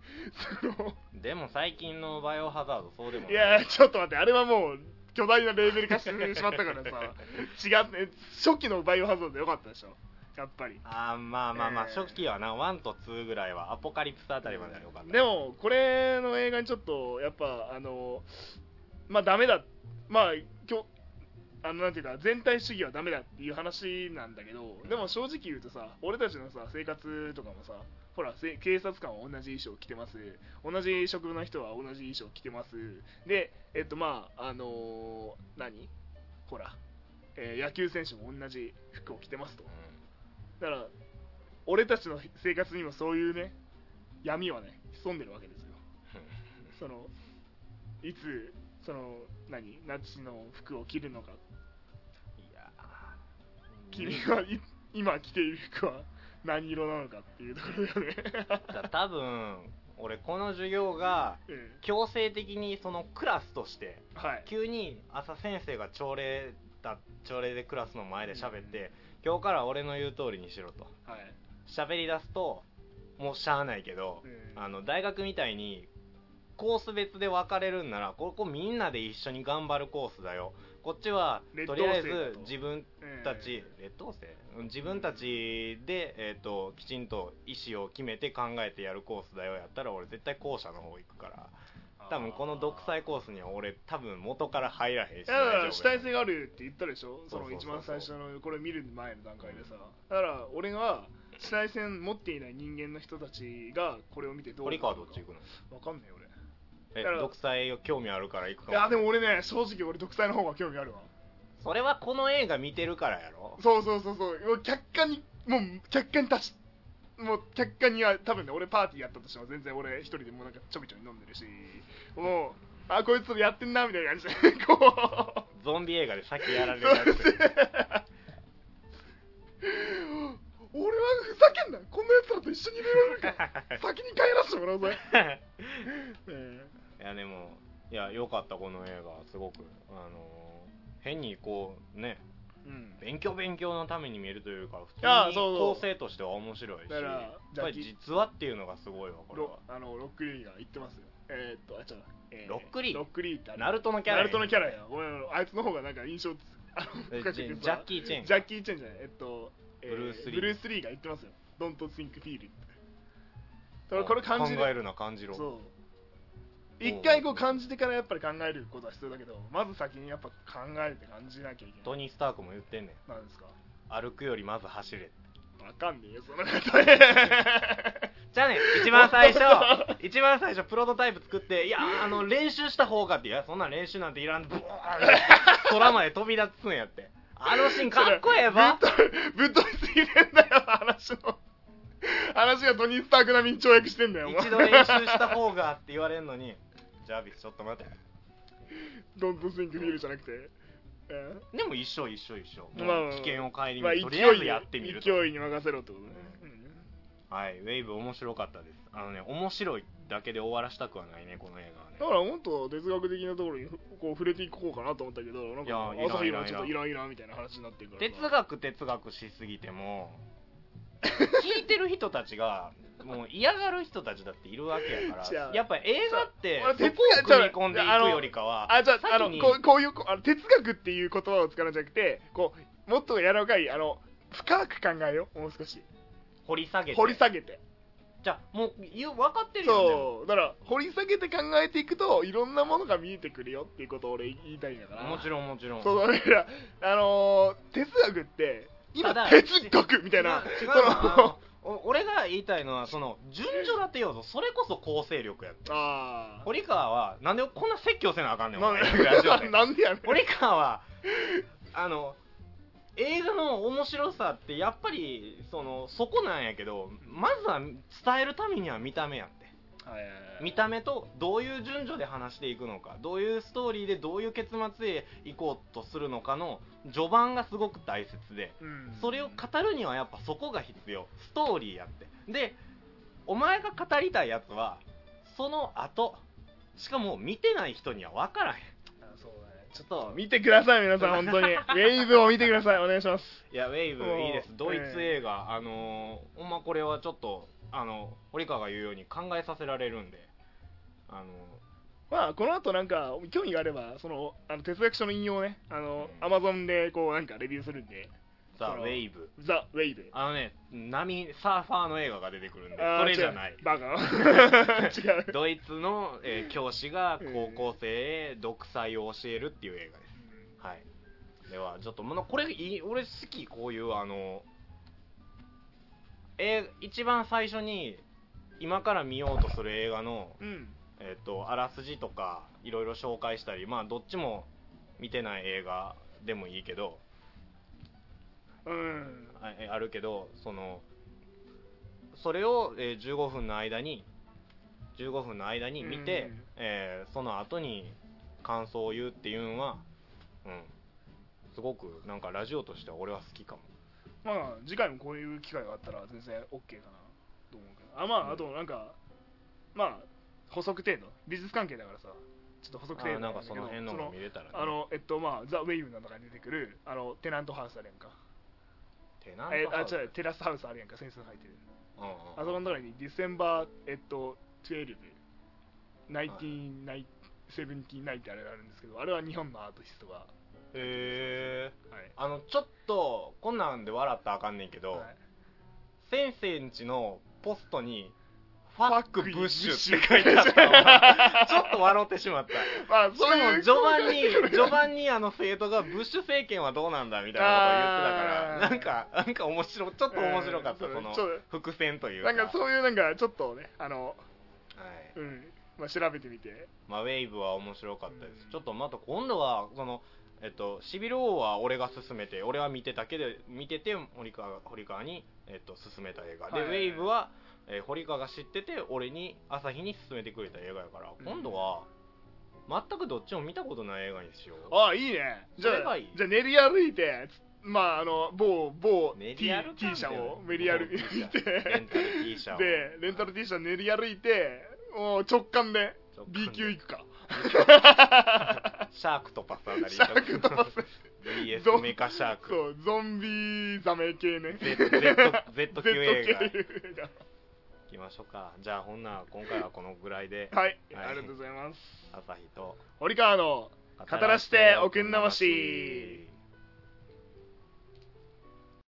[SPEAKER 2] その
[SPEAKER 1] でも最近の「バイオハザード」そうでも
[SPEAKER 2] い
[SPEAKER 1] な
[SPEAKER 2] や
[SPEAKER 1] い
[SPEAKER 2] ちょっと待ってあれはもう巨大なレーベル化してしまった からさ違って初期のバイオハザードでよかったでしょやっぱり
[SPEAKER 1] あーまあまあまあ
[SPEAKER 2] えー
[SPEAKER 1] 初期はな1と2ぐらいはアポカリプスあたりまではよかった
[SPEAKER 2] でもこれの映画にちょっとやっぱあのまあダメだまあ今日あのなんていうか全体主義はダメだっていう話なんだけどでも正直言うとさ俺たちのさ生活とかもさほらせ警察官は同じ衣装着てます同じ職場の人は同じ衣装着てますでえっとまああの何ほら、えー野球選手も同じ服を着てますと
[SPEAKER 1] う
[SPEAKER 2] だから俺たちの生活にもそういうね闇はね潜んでるわけですよそのいつその何ナチの服を着るのか
[SPEAKER 1] んいや
[SPEAKER 2] 君
[SPEAKER 1] ー
[SPEAKER 2] はい今着ている服は何色なのかっていうところだよね、
[SPEAKER 1] だ多分俺この授業が
[SPEAKER 2] うん、
[SPEAKER 1] 強制的にそのクラスとして
[SPEAKER 2] はい
[SPEAKER 1] 急に朝先生が朝礼だ朝礼でクラスの前で喋って、今日から俺の言う通りにしろと
[SPEAKER 2] はい、
[SPEAKER 1] 喋り出すともうしゃあないけど、
[SPEAKER 2] うん
[SPEAKER 1] あの大学みたいにコース別で分かれるんならここみんなで一緒に頑張るコースだよこっちは
[SPEAKER 2] 劣
[SPEAKER 1] と
[SPEAKER 2] 等
[SPEAKER 1] りあえ
[SPEAKER 2] 生だと
[SPEAKER 1] ず自分
[SPEAKER 2] うん
[SPEAKER 1] たち、劣等生うん自分たちで、えー、ときちんと意思を決めて考えてやるコースだよやったら俺絶対後者の方行くから多分この独裁コースには俺多分元から入らへんし
[SPEAKER 2] いやだ
[SPEAKER 1] 大丈夫
[SPEAKER 2] か
[SPEAKER 1] や
[SPEAKER 2] ら主体性があるって言ったでしょその
[SPEAKER 1] そうそうそ
[SPEAKER 2] 一
[SPEAKER 1] うそう
[SPEAKER 2] 番最初のこれ見る前の段階でさだから俺は主体性持っていない人間の人たちがこれを見てどう
[SPEAKER 1] 堀川どっち行くの
[SPEAKER 2] わかんない俺
[SPEAKER 1] え
[SPEAKER 2] だから
[SPEAKER 1] 独裁を興味あるから行くか
[SPEAKER 2] いやでも俺ね正直俺独裁の方が興味あるわ
[SPEAKER 1] それはこの映画見てるからやろ
[SPEAKER 2] そうそうそうそうもう客観にもう客観に達しもう客観には多分ね俺パーティーやったとしても全然俺一人でもうなんかちょびちょび飲んでるしもうあこいつやってんなみたいな感じ でこう
[SPEAKER 1] ゾンビ映画で先やられる やつ
[SPEAKER 2] 俺はふざけんなこんな奴らと一緒にいれられるか先に帰らせてもらうぜ、え
[SPEAKER 1] いやでもいや良かったこの映画すごくあのー変にこうね
[SPEAKER 2] えうん
[SPEAKER 1] 勉強勉強のために見えるというか普
[SPEAKER 2] や
[SPEAKER 1] 通に
[SPEAKER 2] そうそう
[SPEAKER 1] 構成としては面白いし
[SPEAKER 2] だから
[SPEAKER 1] やっぱり
[SPEAKER 2] ジャッ
[SPEAKER 1] 実話っていうのがすごいわこれは
[SPEAKER 2] ロあのロックリーが言ってますよえー、っとあちょっと、え
[SPEAKER 1] ロックリー
[SPEAKER 2] ロックリーってあれ
[SPEAKER 1] ナルトのキャラや
[SPEAKER 2] ナルトのキャラやごめんあいつの方がなんか印象つあの
[SPEAKER 1] え
[SPEAKER 2] 深く
[SPEAKER 1] ジ
[SPEAKER 2] て
[SPEAKER 1] ェ
[SPEAKER 2] さ
[SPEAKER 1] ジャッキー・チェン
[SPEAKER 2] ジャッキー・チェンじゃないえっと、え
[SPEAKER 1] ブルースリー
[SPEAKER 2] ブルース・リーが言ってますよ Don't think feel it だからこれ感じで
[SPEAKER 1] 考えるな感じろ
[SPEAKER 2] そう
[SPEAKER 1] おう
[SPEAKER 2] 一回こう感じてからやっぱり考えることは必要だけどまず先にやっぱ考えて感じなきゃいけ
[SPEAKER 1] ト
[SPEAKER 2] ない
[SPEAKER 1] ニー・スタークも言ってんねん
[SPEAKER 2] なんですか
[SPEAKER 1] 歩くよりまず走れ
[SPEAKER 2] わかんねえよその方
[SPEAKER 1] じゃあね、一番最 初、一番最初、プロトタイプ作って、いや、あの、練習した方がって、いや、そんな練習なんていらん、ブ ワーって、空まで飛び立つんやって。あのシーン、 かっこええ わ。
[SPEAKER 2] ぶっ飛びすぎてんだよ話の話がトニー・スターク並みに跳躍してんだよお前
[SPEAKER 1] 一度練 習した方がって言われんのに、ジャービス、ちょっと待て。
[SPEAKER 2] ドントスイングフィールじゃなくて、うん
[SPEAKER 1] でも一緒一緒一緒もう
[SPEAKER 2] まあまあ
[SPEAKER 1] 危険を顧み
[SPEAKER 2] まあ
[SPEAKER 1] る
[SPEAKER 2] 勢い
[SPEAKER 1] とりあえずやってみると
[SPEAKER 2] 勢いに任せろってことね、
[SPEAKER 1] はいウェイブ面白かったですあのね面白いだけで終わらしたくはないねこの映
[SPEAKER 2] だ
[SPEAKER 1] 画
[SPEAKER 2] か
[SPEAKER 1] はね
[SPEAKER 2] らもっと哲学的なところにこう触れていこうかなと思ったけどなん
[SPEAKER 1] いや
[SPEAKER 2] か
[SPEAKER 1] いらんいら
[SPEAKER 2] 朝日の
[SPEAKER 1] ん
[SPEAKER 2] ちょっといらんいらんみたいな話になってるから
[SPEAKER 1] 哲学哲学しすぎて も聞いてる人たちがもう嫌がる人たちだっているわけやか
[SPEAKER 2] じゃ
[SPEAKER 1] ら
[SPEAKER 2] あ
[SPEAKER 1] やっぱ映画って
[SPEAKER 2] そう俺
[SPEAKER 1] そこを
[SPEAKER 2] 哲
[SPEAKER 1] 組み
[SPEAKER 2] 学
[SPEAKER 1] 込んでいく
[SPEAKER 2] じゃああの
[SPEAKER 1] よりかは
[SPEAKER 2] あじゃああ
[SPEAKER 1] 先
[SPEAKER 2] の
[SPEAKER 1] に
[SPEAKER 2] こうこういうこうあの哲学っていう言葉を使うんじゃなくてこうもっと柔らかいあの深く考えようもう少し
[SPEAKER 1] 掘り下げて
[SPEAKER 2] 掘り下げて
[SPEAKER 1] じゃあもう言う分かってるよね
[SPEAKER 2] そうだから掘り下げて考えていくといろんなものが見えてくるよっていうことを俺言いたいんだから
[SPEAKER 1] もちろんもちろん
[SPEAKER 2] そうだからあのー哲学って今
[SPEAKER 1] ただ
[SPEAKER 2] 哲学みたいな
[SPEAKER 1] 違う違う
[SPEAKER 2] その
[SPEAKER 1] あのお俺が言いたいのはその順序立てようとそれこそ構成力やって
[SPEAKER 2] あー
[SPEAKER 1] 堀川はなんでこんな説教せなあかんねんお前ラジオ
[SPEAKER 2] な
[SPEAKER 1] で
[SPEAKER 2] なんでやねん
[SPEAKER 1] 堀川はあの映画の面白さってやっぱりそのそこなんやけどまずは伝えるためには見た目やって見た目とどういう順序で話していくのかどういうストーリーでどういう結末へ行こうとするのかの序盤がすごく大切で
[SPEAKER 2] うん
[SPEAKER 1] それを語るにはやっぱそこが必要ストーリーやってでお前が語りたいやつはその後しかも見てない人には分からへん
[SPEAKER 2] あそうだね
[SPEAKER 1] ちょっと
[SPEAKER 2] 見てくださ い皆さん本当にウェイブを見てくださいお願いします
[SPEAKER 1] いやウェイブ
[SPEAKER 2] もう
[SPEAKER 1] いいですドイツ映画、あのーほんまこれはちょっとあの堀川が言うように考えさせられるんであ
[SPEAKER 2] まあこの後なんか興味があればそのあの哲学書の引用をねあのアマゾンでこうなんかレビューするんで
[SPEAKER 1] のザ・
[SPEAKER 2] こ
[SPEAKER 1] ウ
[SPEAKER 2] の
[SPEAKER 1] ェイブ
[SPEAKER 2] ザ・ウェイブ
[SPEAKER 1] あのね波サーファーの映画が出てくるんで
[SPEAKER 2] あー
[SPEAKER 1] それじゃない
[SPEAKER 2] 違う バカ違う
[SPEAKER 1] ドイツの、えー教師が高校生へ独裁を教えるっていう映画ですはい。では、ちょっと、もうこれいい、俺好き、こういう、あの、えー一番最初に、今から見ようとする映画の、
[SPEAKER 2] うん
[SPEAKER 1] えっ、と、あらすじとか、いろいろ紹介したり、まあ、どっちも見てない映画でもいいけど、
[SPEAKER 2] うん
[SPEAKER 1] あえあるけど、その、それを、えー15分の間に、15分の間に見て、
[SPEAKER 2] うん
[SPEAKER 1] えーその後に感想を言うっていうのは、うん、すごくなんかラジオとしては俺は好きかも。
[SPEAKER 2] まあ次回もこういう機会があったら全然 OK かなと思うけどあまああとなんか、まあ補足程度美術関係だからさちょっと補足程
[SPEAKER 1] あ
[SPEAKER 2] 度
[SPEAKER 1] なんか
[SPEAKER 2] だけ
[SPEAKER 1] そ
[SPEAKER 2] ど
[SPEAKER 1] の辺の
[SPEAKER 2] そ
[SPEAKER 1] も
[SPEAKER 2] の
[SPEAKER 1] 見れたらね。
[SPEAKER 2] あのえっとまあザ・ウェイブの中に出てくるあのテナントハウスあるやんか
[SPEAKER 1] テナン
[SPEAKER 2] え
[SPEAKER 1] ト
[SPEAKER 2] あ
[SPEAKER 1] ハウス
[SPEAKER 2] 違うテラスハウスあるやんか先生が入ってる
[SPEAKER 1] うんうん
[SPEAKER 2] あそこの中にディセンバーえっと12 1979ってあれがあるんですけどあれは日本のアーティストがは
[SPEAKER 1] へえ。
[SPEAKER 2] い
[SPEAKER 1] あの、ちょっと、こんなんで笑ったらあかんねんけど、
[SPEAKER 2] はい
[SPEAKER 1] 先生んちのポストに、フ
[SPEAKER 2] フ
[SPEAKER 1] ァ
[SPEAKER 2] ァ
[SPEAKER 1] ッ
[SPEAKER 2] ッ
[SPEAKER 1] ク
[SPEAKER 2] ク
[SPEAKER 1] ブ
[SPEAKER 2] ブ
[SPEAKER 1] ッ
[SPEAKER 2] ッ
[SPEAKER 1] シ
[SPEAKER 2] シ
[SPEAKER 1] ュ
[SPEAKER 2] ュ
[SPEAKER 1] って書いてあった。ちょっと笑ってしまった。
[SPEAKER 2] まあ
[SPEAKER 1] し
[SPEAKER 2] そういう
[SPEAKER 1] かも序盤に、序盤にあの生徒がブッシュ政権はどうなんだみたいなことを言ってたから、なんか、なんか面白い、ちょっと面白かった、
[SPEAKER 2] うん
[SPEAKER 1] その
[SPEAKER 2] ちょっ
[SPEAKER 1] 伏線というか。
[SPEAKER 2] なんかそういうなんかちょっとねあの
[SPEAKER 1] はい
[SPEAKER 2] うんまあ調べてみて
[SPEAKER 1] まあ、ウェイブは面白かったです、
[SPEAKER 2] うん
[SPEAKER 1] ちょっとまた今度はその、えっと、シビル王は俺が勧めて俺は見てたけど見てて堀川が堀川に、えっと、勧めた映画で、
[SPEAKER 2] はいはいはい
[SPEAKER 1] ウェイブは、えー堀川が知ってて俺に朝日に勧めてくれた映画やから
[SPEAKER 2] うん
[SPEAKER 1] 今度は全くどっちも見たことない映画にしよう
[SPEAKER 2] ああいいねじゃ
[SPEAKER 1] それが
[SPEAKER 2] あ
[SPEAKER 1] いい
[SPEAKER 2] じゃあ練り歩いてつまああの某某
[SPEAKER 1] 練
[SPEAKER 2] T,
[SPEAKER 1] り歩かん
[SPEAKER 2] T 社
[SPEAKER 1] でよ
[SPEAKER 2] を練り歩い
[SPEAKER 1] 某 T
[SPEAKER 2] て
[SPEAKER 1] 社レンタル T 社を
[SPEAKER 2] でレンタル T 社練り歩いてもう直感で
[SPEAKER 1] 直感で
[SPEAKER 2] B 級行くか
[SPEAKER 1] シャークとパスあたり
[SPEAKER 2] シャークとパス
[SPEAKER 1] VS メカシャーク
[SPEAKER 2] そうゾンビザメ系ね
[SPEAKER 1] Z, Z, Z 級映画
[SPEAKER 2] Z 級映
[SPEAKER 1] 行きましょうかじゃあほんなら今回はこのぐらいで
[SPEAKER 2] 画はい、
[SPEAKER 1] はい
[SPEAKER 2] ありがとうございます
[SPEAKER 1] 朝日と
[SPEAKER 2] 堀川の語らしておくんなまし